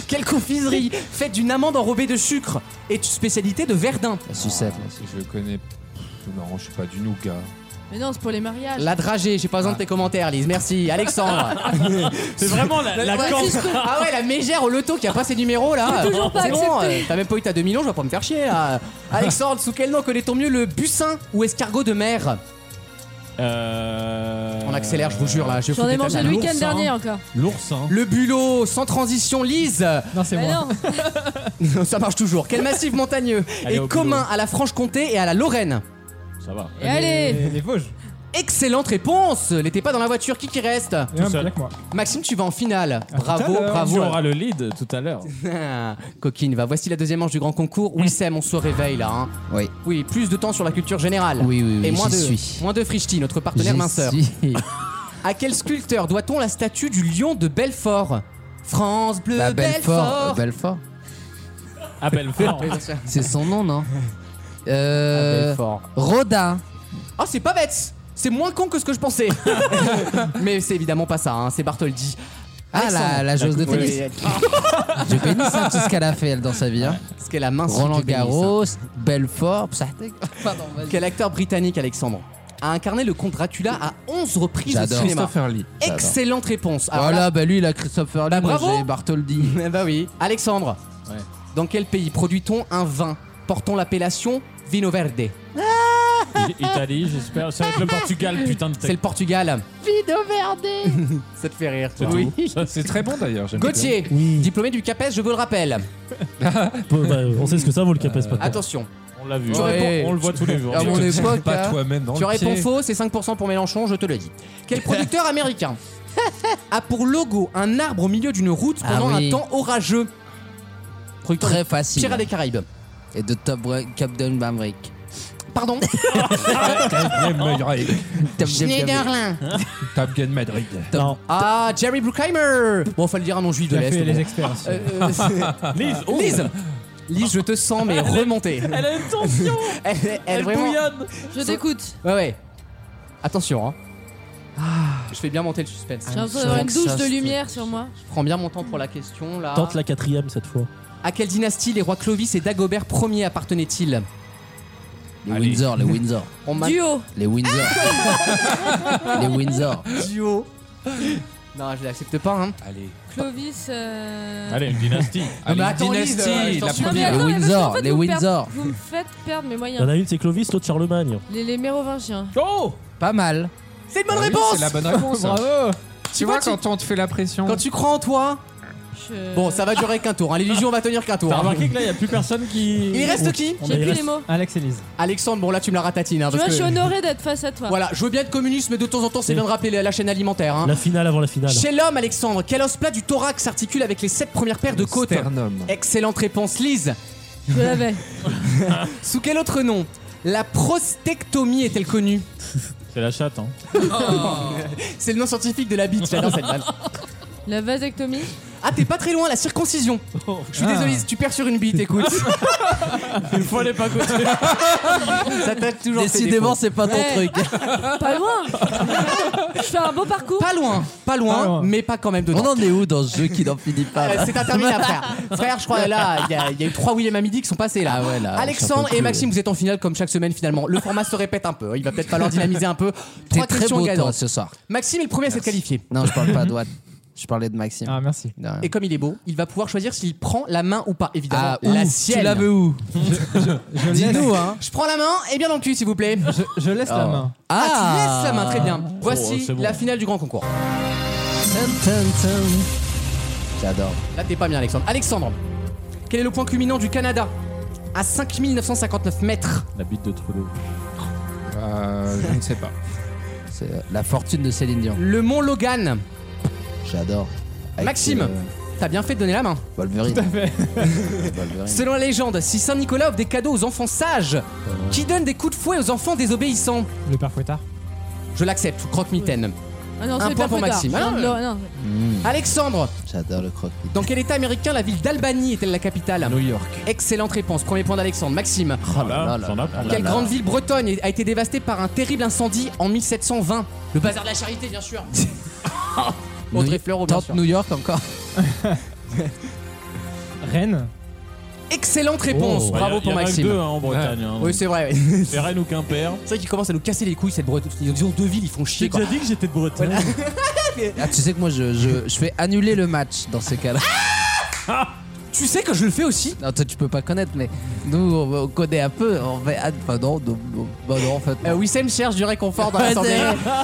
[SPEAKER 2] Quelle confiserie faite d'une amande enrobée de sucre, est une spécialité de Verdun.
[SPEAKER 6] La sucette, là.
[SPEAKER 8] Je connais. Pff, Non, je suis pas du nougat.
[SPEAKER 3] Mais non, c'est pour les mariages.
[SPEAKER 2] La dragée, j'ai pas besoin de tes commentaires, Lise. Merci,
[SPEAKER 3] (laughs)
[SPEAKER 2] Alexandre.
[SPEAKER 4] C'est vraiment la, la
[SPEAKER 3] Ouais,
[SPEAKER 4] camp-
[SPEAKER 3] si je peux-
[SPEAKER 2] ah ouais, la mégère au loto qui a pas ses numéros là.
[SPEAKER 3] J'ai toujours pas
[SPEAKER 2] C'est bon,
[SPEAKER 3] accepté.
[SPEAKER 2] euh, t'as même pas eu ta 2 millions, je vais pas me faire chier là. Alexandre, sous quel nom connaît-on mieux le bussin ou escargot de mer
[SPEAKER 4] Euh...
[SPEAKER 2] On accélère, je vous jure là. je
[SPEAKER 3] J'en
[SPEAKER 2] fous
[SPEAKER 3] ai
[SPEAKER 2] des
[SPEAKER 3] mangé
[SPEAKER 2] tas-
[SPEAKER 3] le
[SPEAKER 5] l'ours,
[SPEAKER 3] week-end
[SPEAKER 5] hein.
[SPEAKER 3] dernier encore.
[SPEAKER 5] L'oursin.
[SPEAKER 2] Le bulot, sans transition, Lise.
[SPEAKER 5] Non, c'est
[SPEAKER 3] Mais
[SPEAKER 5] moi.
[SPEAKER 3] non,
[SPEAKER 2] (laughs) Ça marche toujours. Quel massif montagneux
[SPEAKER 4] Allez,
[SPEAKER 2] est
[SPEAKER 4] au
[SPEAKER 2] commun à la Franche-Comté et à la Lorraine
[SPEAKER 4] Ça va.
[SPEAKER 3] et allez
[SPEAKER 5] Les, les Vosges.
[SPEAKER 2] Excellente réponse N'était pas dans la voiture, qui qui reste
[SPEAKER 5] Il y en a un
[SPEAKER 4] seul.
[SPEAKER 5] Eh bien que moi.
[SPEAKER 2] Maxime, tu vas en finale. Bravo,
[SPEAKER 5] l'heure.
[SPEAKER 4] Tu
[SPEAKER 2] bravo.
[SPEAKER 4] auras le lead tout à l'heure.
[SPEAKER 2] Ah, (laughs) Coquine, va. Voici la deuxième manche du grand concours. Oui, Sam, on se réveille là. hein.
[SPEAKER 6] Oui.
[SPEAKER 2] Oui, plus de temps sur la culture générale.
[SPEAKER 6] Oui, oui, oui.
[SPEAKER 2] Et moins de,
[SPEAKER 6] j'y suis.
[SPEAKER 2] moins de Frischti, notre partenaire
[SPEAKER 6] J'y
[SPEAKER 2] minceur.
[SPEAKER 6] suis.
[SPEAKER 2] À quel sculpteur doit-on la statue du lion de Belfort France Bleu
[SPEAKER 6] Bah, Belfort.
[SPEAKER 2] Belfort,
[SPEAKER 6] euh, Belfort.
[SPEAKER 4] À
[SPEAKER 2] (laughs)
[SPEAKER 4] Belfort.
[SPEAKER 6] C'est son nom, non Euh. Rodin.
[SPEAKER 2] Ah, c'est pas bête C'est moins con que ce que je
[SPEAKER 6] (laughs)
[SPEAKER 2] pensais. Mais c'est évidemment pas ça, hein, c'est Bartholdi.
[SPEAKER 6] Ah, la,
[SPEAKER 2] Alexandre.
[SPEAKER 6] la joueuse de
[SPEAKER 2] Oui,
[SPEAKER 6] tennis.
[SPEAKER 2] oui,
[SPEAKER 6] Je bénis hein, tout ce qu'elle a fait, elle, dans sa vie. hein.
[SPEAKER 2] Parce qu'elle a main sur
[SPEAKER 6] Roland
[SPEAKER 2] du bénis, hein.
[SPEAKER 6] Garros, Belfort,
[SPEAKER 2] (laughs)
[SPEAKER 6] Psatek. Pardon, vas-y.
[SPEAKER 2] Quel acteur britannique, Alexandre a incarné le comte Dracula à 11 reprises au
[SPEAKER 6] J'adore.
[SPEAKER 2] cinéma.
[SPEAKER 8] Christopher Lee.
[SPEAKER 2] Excellente réponse. Alors là-
[SPEAKER 6] Voilà, bah lui, il a Christopher Lee,
[SPEAKER 2] Ah, Bah,
[SPEAKER 6] moi,
[SPEAKER 2] bravo. (laughs)
[SPEAKER 6] j'ai Bartholdi.
[SPEAKER 2] Eh bah oui. Alexandre,
[SPEAKER 4] Ouais.
[SPEAKER 2] dans quel pays produit-on un vin portant l'appellation Vino Verde
[SPEAKER 4] I- Italie, j'espère. Ça va être le Portugal, putain de
[SPEAKER 2] C'est le Portugal.
[SPEAKER 3] Vino Verde
[SPEAKER 2] Ça te fait rire.
[SPEAKER 4] C'est
[SPEAKER 2] Oui.
[SPEAKER 8] C'est très bon d'ailleurs. j'aime
[SPEAKER 2] Gauthier,
[SPEAKER 7] Oui.
[SPEAKER 2] diplômé du CAPES, je vous le rappelle.
[SPEAKER 7] Bon, bah, on sait ce que ça vaut le CAPES pas
[SPEAKER 2] Attention,
[SPEAKER 4] On l'a vu.
[SPEAKER 2] Tu réponds-
[SPEAKER 4] On le voit tous les jours.
[SPEAKER 6] À mon
[SPEAKER 8] bien.
[SPEAKER 6] époque,
[SPEAKER 8] Pas
[SPEAKER 6] hein.
[SPEAKER 8] toi-même dans
[SPEAKER 2] tu
[SPEAKER 8] le
[SPEAKER 2] réponds
[SPEAKER 8] pied.
[SPEAKER 2] faux, c'est 5% pour Mélenchon, je te le dis.
[SPEAKER 4] (laughs)
[SPEAKER 2] Quel producteur américain a pour logo un arbre au milieu d'une route
[SPEAKER 6] Ah
[SPEAKER 2] pendant
[SPEAKER 6] oui.
[SPEAKER 2] un temps orageux Producteur
[SPEAKER 6] très
[SPEAKER 2] de
[SPEAKER 6] facile.
[SPEAKER 2] Pirates des Caraïbes.
[SPEAKER 6] Et de Top Gun- Captain Bambrick.
[SPEAKER 2] Pardon
[SPEAKER 4] (laughs)
[SPEAKER 8] Tabgen Madrid.
[SPEAKER 6] Top
[SPEAKER 2] Schneiderlin.
[SPEAKER 8] Tabgen Madrid.
[SPEAKER 7] Non.
[SPEAKER 2] Ah, Jerry Bruckheimer Bon, faut le dire un nom juif de
[SPEAKER 5] Qui a
[SPEAKER 2] l'Est.
[SPEAKER 5] fait
[SPEAKER 2] bon.
[SPEAKER 5] les experts aussi.
[SPEAKER 2] Euh, euh,
[SPEAKER 5] (laughs)
[SPEAKER 4] Lise, oh.
[SPEAKER 2] Lise Lise, je te sens, mais remontée.
[SPEAKER 4] (laughs) Elle a une tension.
[SPEAKER 2] (laughs) Elle, elle,
[SPEAKER 4] Elle
[SPEAKER 2] vraiment.
[SPEAKER 4] bouillonne.
[SPEAKER 3] Je t'écoute.
[SPEAKER 2] Ouais, ouais. Attention, hein. Ah, je fais bien monter le suspense.
[SPEAKER 3] J'ai l'impression
[SPEAKER 6] c'est
[SPEAKER 3] d'avoir
[SPEAKER 6] vrai
[SPEAKER 3] une
[SPEAKER 6] que
[SPEAKER 3] douche
[SPEAKER 6] ça,
[SPEAKER 3] de
[SPEAKER 6] c'était-
[SPEAKER 3] lumière sur moi.
[SPEAKER 2] Je prends bien mon temps pour la question, là.
[SPEAKER 7] Tente la quatrième cette fois.
[SPEAKER 2] À quelle dynastie les rois Clovis et Dagobert Ier appartenaient-ils
[SPEAKER 6] Les
[SPEAKER 4] Allez.
[SPEAKER 6] Windsor, les Windsor.
[SPEAKER 2] On m'a-
[SPEAKER 3] Duo
[SPEAKER 6] Les Windsor.
[SPEAKER 2] Ah.
[SPEAKER 6] (laughs) les Windsor.
[SPEAKER 2] duo. (gasps) Non, je l'accepte pas, hein.
[SPEAKER 3] Clovis. euh,
[SPEAKER 4] Allez, une dynastie.
[SPEAKER 8] Allez,
[SPEAKER 2] mais attends, Lise,
[SPEAKER 8] Ah, dynastie,
[SPEAKER 2] euh, je t'en
[SPEAKER 8] la
[SPEAKER 2] supplie.
[SPEAKER 3] Non, mais
[SPEAKER 8] première.
[SPEAKER 6] Les
[SPEAKER 3] attends, mais parce
[SPEAKER 6] Windsor,
[SPEAKER 3] qu'en fait,
[SPEAKER 6] les
[SPEAKER 3] vous me per-
[SPEAKER 6] Windsor.
[SPEAKER 3] Vous me faites perdre mes
[SPEAKER 7] Il y en
[SPEAKER 3] moyens.
[SPEAKER 7] a une, c'est Clovis, l'autre Charlemagne.
[SPEAKER 3] Les, les mérovingiens.
[SPEAKER 4] Oh
[SPEAKER 6] Pas mal.
[SPEAKER 2] C'est une bonne
[SPEAKER 8] Ah oui,
[SPEAKER 2] réponse
[SPEAKER 8] C'est la bonne (laughs) réponse.
[SPEAKER 5] Bravo
[SPEAKER 8] Tu vois, quand on te fait la pression.
[SPEAKER 2] Quand tu crois en toi.
[SPEAKER 3] Je-
[SPEAKER 2] Bon, ça va durer qu'un tour, hein. L'illusion va tenir qu'un tour.
[SPEAKER 4] T'as
[SPEAKER 2] hein.
[SPEAKER 4] remarqué que là, il n'y a plus personne qui.
[SPEAKER 2] Il reste qui
[SPEAKER 7] On a-
[SPEAKER 3] J'ai
[SPEAKER 7] il
[SPEAKER 3] plus les
[SPEAKER 7] reste-
[SPEAKER 3] mots.
[SPEAKER 5] Alex et Lise.
[SPEAKER 2] Alexandre, bon là tu me la ratatines. Hein,
[SPEAKER 3] Tu
[SPEAKER 2] parce
[SPEAKER 3] vois, je suis
[SPEAKER 2] que-
[SPEAKER 3] honorée d'être face à toi.
[SPEAKER 2] Voilà, je veux bien être communiste, mais de temps en temps c'est bien de rappeler la- la chaîne alimentaire. Hein.
[SPEAKER 7] La finale avant la finale.
[SPEAKER 2] Chez l'homme, Alexandre, quel os plat du thorax s'articule avec les sept premières paires de côtes
[SPEAKER 8] Sternum.
[SPEAKER 2] Excellente réponse, Lise.
[SPEAKER 3] Je l'avais.
[SPEAKER 2] Sous quel autre nom La prostectomie est-elle connue
[SPEAKER 4] C'est la chatte, hein.
[SPEAKER 8] (laughs)
[SPEAKER 2] C'est le nom scientifique de la bite, j'adore cette balle. (laughs)
[SPEAKER 3] La vasectomie.
[SPEAKER 2] Ah, t'es pas très loin, la circoncision. Je suis désolé, si tu perds sur une bite, écoute.
[SPEAKER 4] Une fois les pas
[SPEAKER 6] (laughs)
[SPEAKER 4] côté.
[SPEAKER 2] Ça t'a toujours fait
[SPEAKER 6] Décidément,
[SPEAKER 2] défaut.
[SPEAKER 6] c'est pas ton
[SPEAKER 3] Ouais.
[SPEAKER 6] truc.
[SPEAKER 3] Eh, (laughs) Pas loin Je fais un beau parcours.
[SPEAKER 2] Pas loin, pas loin,
[SPEAKER 5] Pas loin.
[SPEAKER 2] mais pas quand même dedans.
[SPEAKER 6] On en est où dans ce jeu qui n'en finit pas
[SPEAKER 2] Euh,
[SPEAKER 6] là
[SPEAKER 2] C'est interminable, frère. Frère, je crois, là, il y, a- il y a eu trois William à midi qui sont passés, là.
[SPEAKER 6] Ah ouais, là, j'en
[SPEAKER 2] Alexandre
[SPEAKER 6] peux
[SPEAKER 2] et
[SPEAKER 6] plus.
[SPEAKER 2] Maxime, vous êtes en finale comme chaque semaine, finalement. Le format se répète un peu. hein. Il va peut-être falloir dynamiser un peu.
[SPEAKER 6] (laughs) T'es
[SPEAKER 2] Trois
[SPEAKER 6] très
[SPEAKER 2] questions
[SPEAKER 6] beau toi,
[SPEAKER 2] gagnantes.
[SPEAKER 6] ce soir.
[SPEAKER 2] Maxime est le premier à s'être qualifié.
[SPEAKER 6] Non, je parle pas de Watt. Je parlais de Maxime.
[SPEAKER 5] Ah, merci.
[SPEAKER 6] De rien.
[SPEAKER 2] Et comme il est beau, il va pouvoir choisir s'il prend la main ou pas, évidemment.
[SPEAKER 6] Ah, où
[SPEAKER 2] la
[SPEAKER 6] Tu
[SPEAKER 2] sienne.
[SPEAKER 6] la veux où
[SPEAKER 5] Dis-nous, hein.
[SPEAKER 2] Je prends la main et bien dans le cul, s'il vous
[SPEAKER 6] (laughs)
[SPEAKER 2] plaît.
[SPEAKER 5] Je, je laisse la main.
[SPEAKER 2] Ah, tu laisses la main, très bien. Voici
[SPEAKER 4] c'est bon.
[SPEAKER 2] la finale du grand concours.
[SPEAKER 6] Tum, tum, tum. J'adore.
[SPEAKER 2] Là, t'es pas bien, Alexandre. Alexandre, quel est le point culminant du Canada À 5959 mètres.
[SPEAKER 4] La bite de Trudeau.
[SPEAKER 8] Euh, je ne sais pas.
[SPEAKER 6] C'est euh, la fortune de Céline Dion.
[SPEAKER 2] Le mont Logan.
[SPEAKER 6] J'adore. Avec,
[SPEAKER 2] Maxime.
[SPEAKER 6] euh,
[SPEAKER 2] T'as bien fait de donner la main.
[SPEAKER 6] Wolverine. Tout à fait. (laughs) Wolverine.
[SPEAKER 2] Selon la légende, si Saint Nicolas offre des cadeaux aux enfants sages, qui donne des coups de fouet aux enfants désobéissants
[SPEAKER 5] Le père Fouettard.
[SPEAKER 2] Je l'accepte, croque-mitaine.
[SPEAKER 3] Ah non,
[SPEAKER 2] Un
[SPEAKER 3] c'est
[SPEAKER 2] point
[SPEAKER 3] pas
[SPEAKER 2] pour Maxime.
[SPEAKER 3] Non,
[SPEAKER 2] Ah,
[SPEAKER 3] non, non.
[SPEAKER 6] Mmh,
[SPEAKER 2] Alexandre,
[SPEAKER 6] J'adore le croquis.
[SPEAKER 2] dans quel état américain la ville d'Albany est-elle la capitale New York. Excellente réponse, premier point d'Alexandre. Maxime,
[SPEAKER 6] Oh là là là
[SPEAKER 4] J'en
[SPEAKER 6] là
[SPEAKER 4] apprends.
[SPEAKER 6] là
[SPEAKER 2] quelle
[SPEAKER 6] là.
[SPEAKER 2] grande ville bretonne a été dévastée par un terrible incendie en 1720 Le bazar de la charité, bien
[SPEAKER 6] (laughs)
[SPEAKER 2] sûr. Audrey Fleurot, bien
[SPEAKER 6] Tente
[SPEAKER 2] sûr.
[SPEAKER 6] New York encore.
[SPEAKER 5] Rennes.
[SPEAKER 2] Excellente
[SPEAKER 7] Oh.
[SPEAKER 2] réponse,
[SPEAKER 6] Oh,
[SPEAKER 2] bravo pour Maxime.
[SPEAKER 4] Il y en a que deux hein, en Bretagne. hein.
[SPEAKER 2] Oui, c'est vrai. (laughs) ouais.
[SPEAKER 4] C'est Rennes ou Quimper.
[SPEAKER 2] C'est vrai qu'ils commencent à nous casser les couilles cette Bretagne. Ils ont oh, deux villes, ils font
[SPEAKER 7] J'ai
[SPEAKER 2] chier. quoi.
[SPEAKER 6] Euh,
[SPEAKER 7] déjà dit que j'étais de Bretagne. (laughs)
[SPEAKER 4] (laughs)
[SPEAKER 6] Ah, tu sais que moi, je, je, je fais annuler le match dans ces cas-là.
[SPEAKER 2] Ah Tu sais que je le fais aussi
[SPEAKER 6] Non, toi, tu peux pas connaître, mais nous, on, on connaît un peu. On fait. ah, Enfin, non, non, non, bah non, en fait. non.
[SPEAKER 2] Euh, Wissem cherche du réconfort dans
[SPEAKER 6] Ouais,
[SPEAKER 2] l'assemblée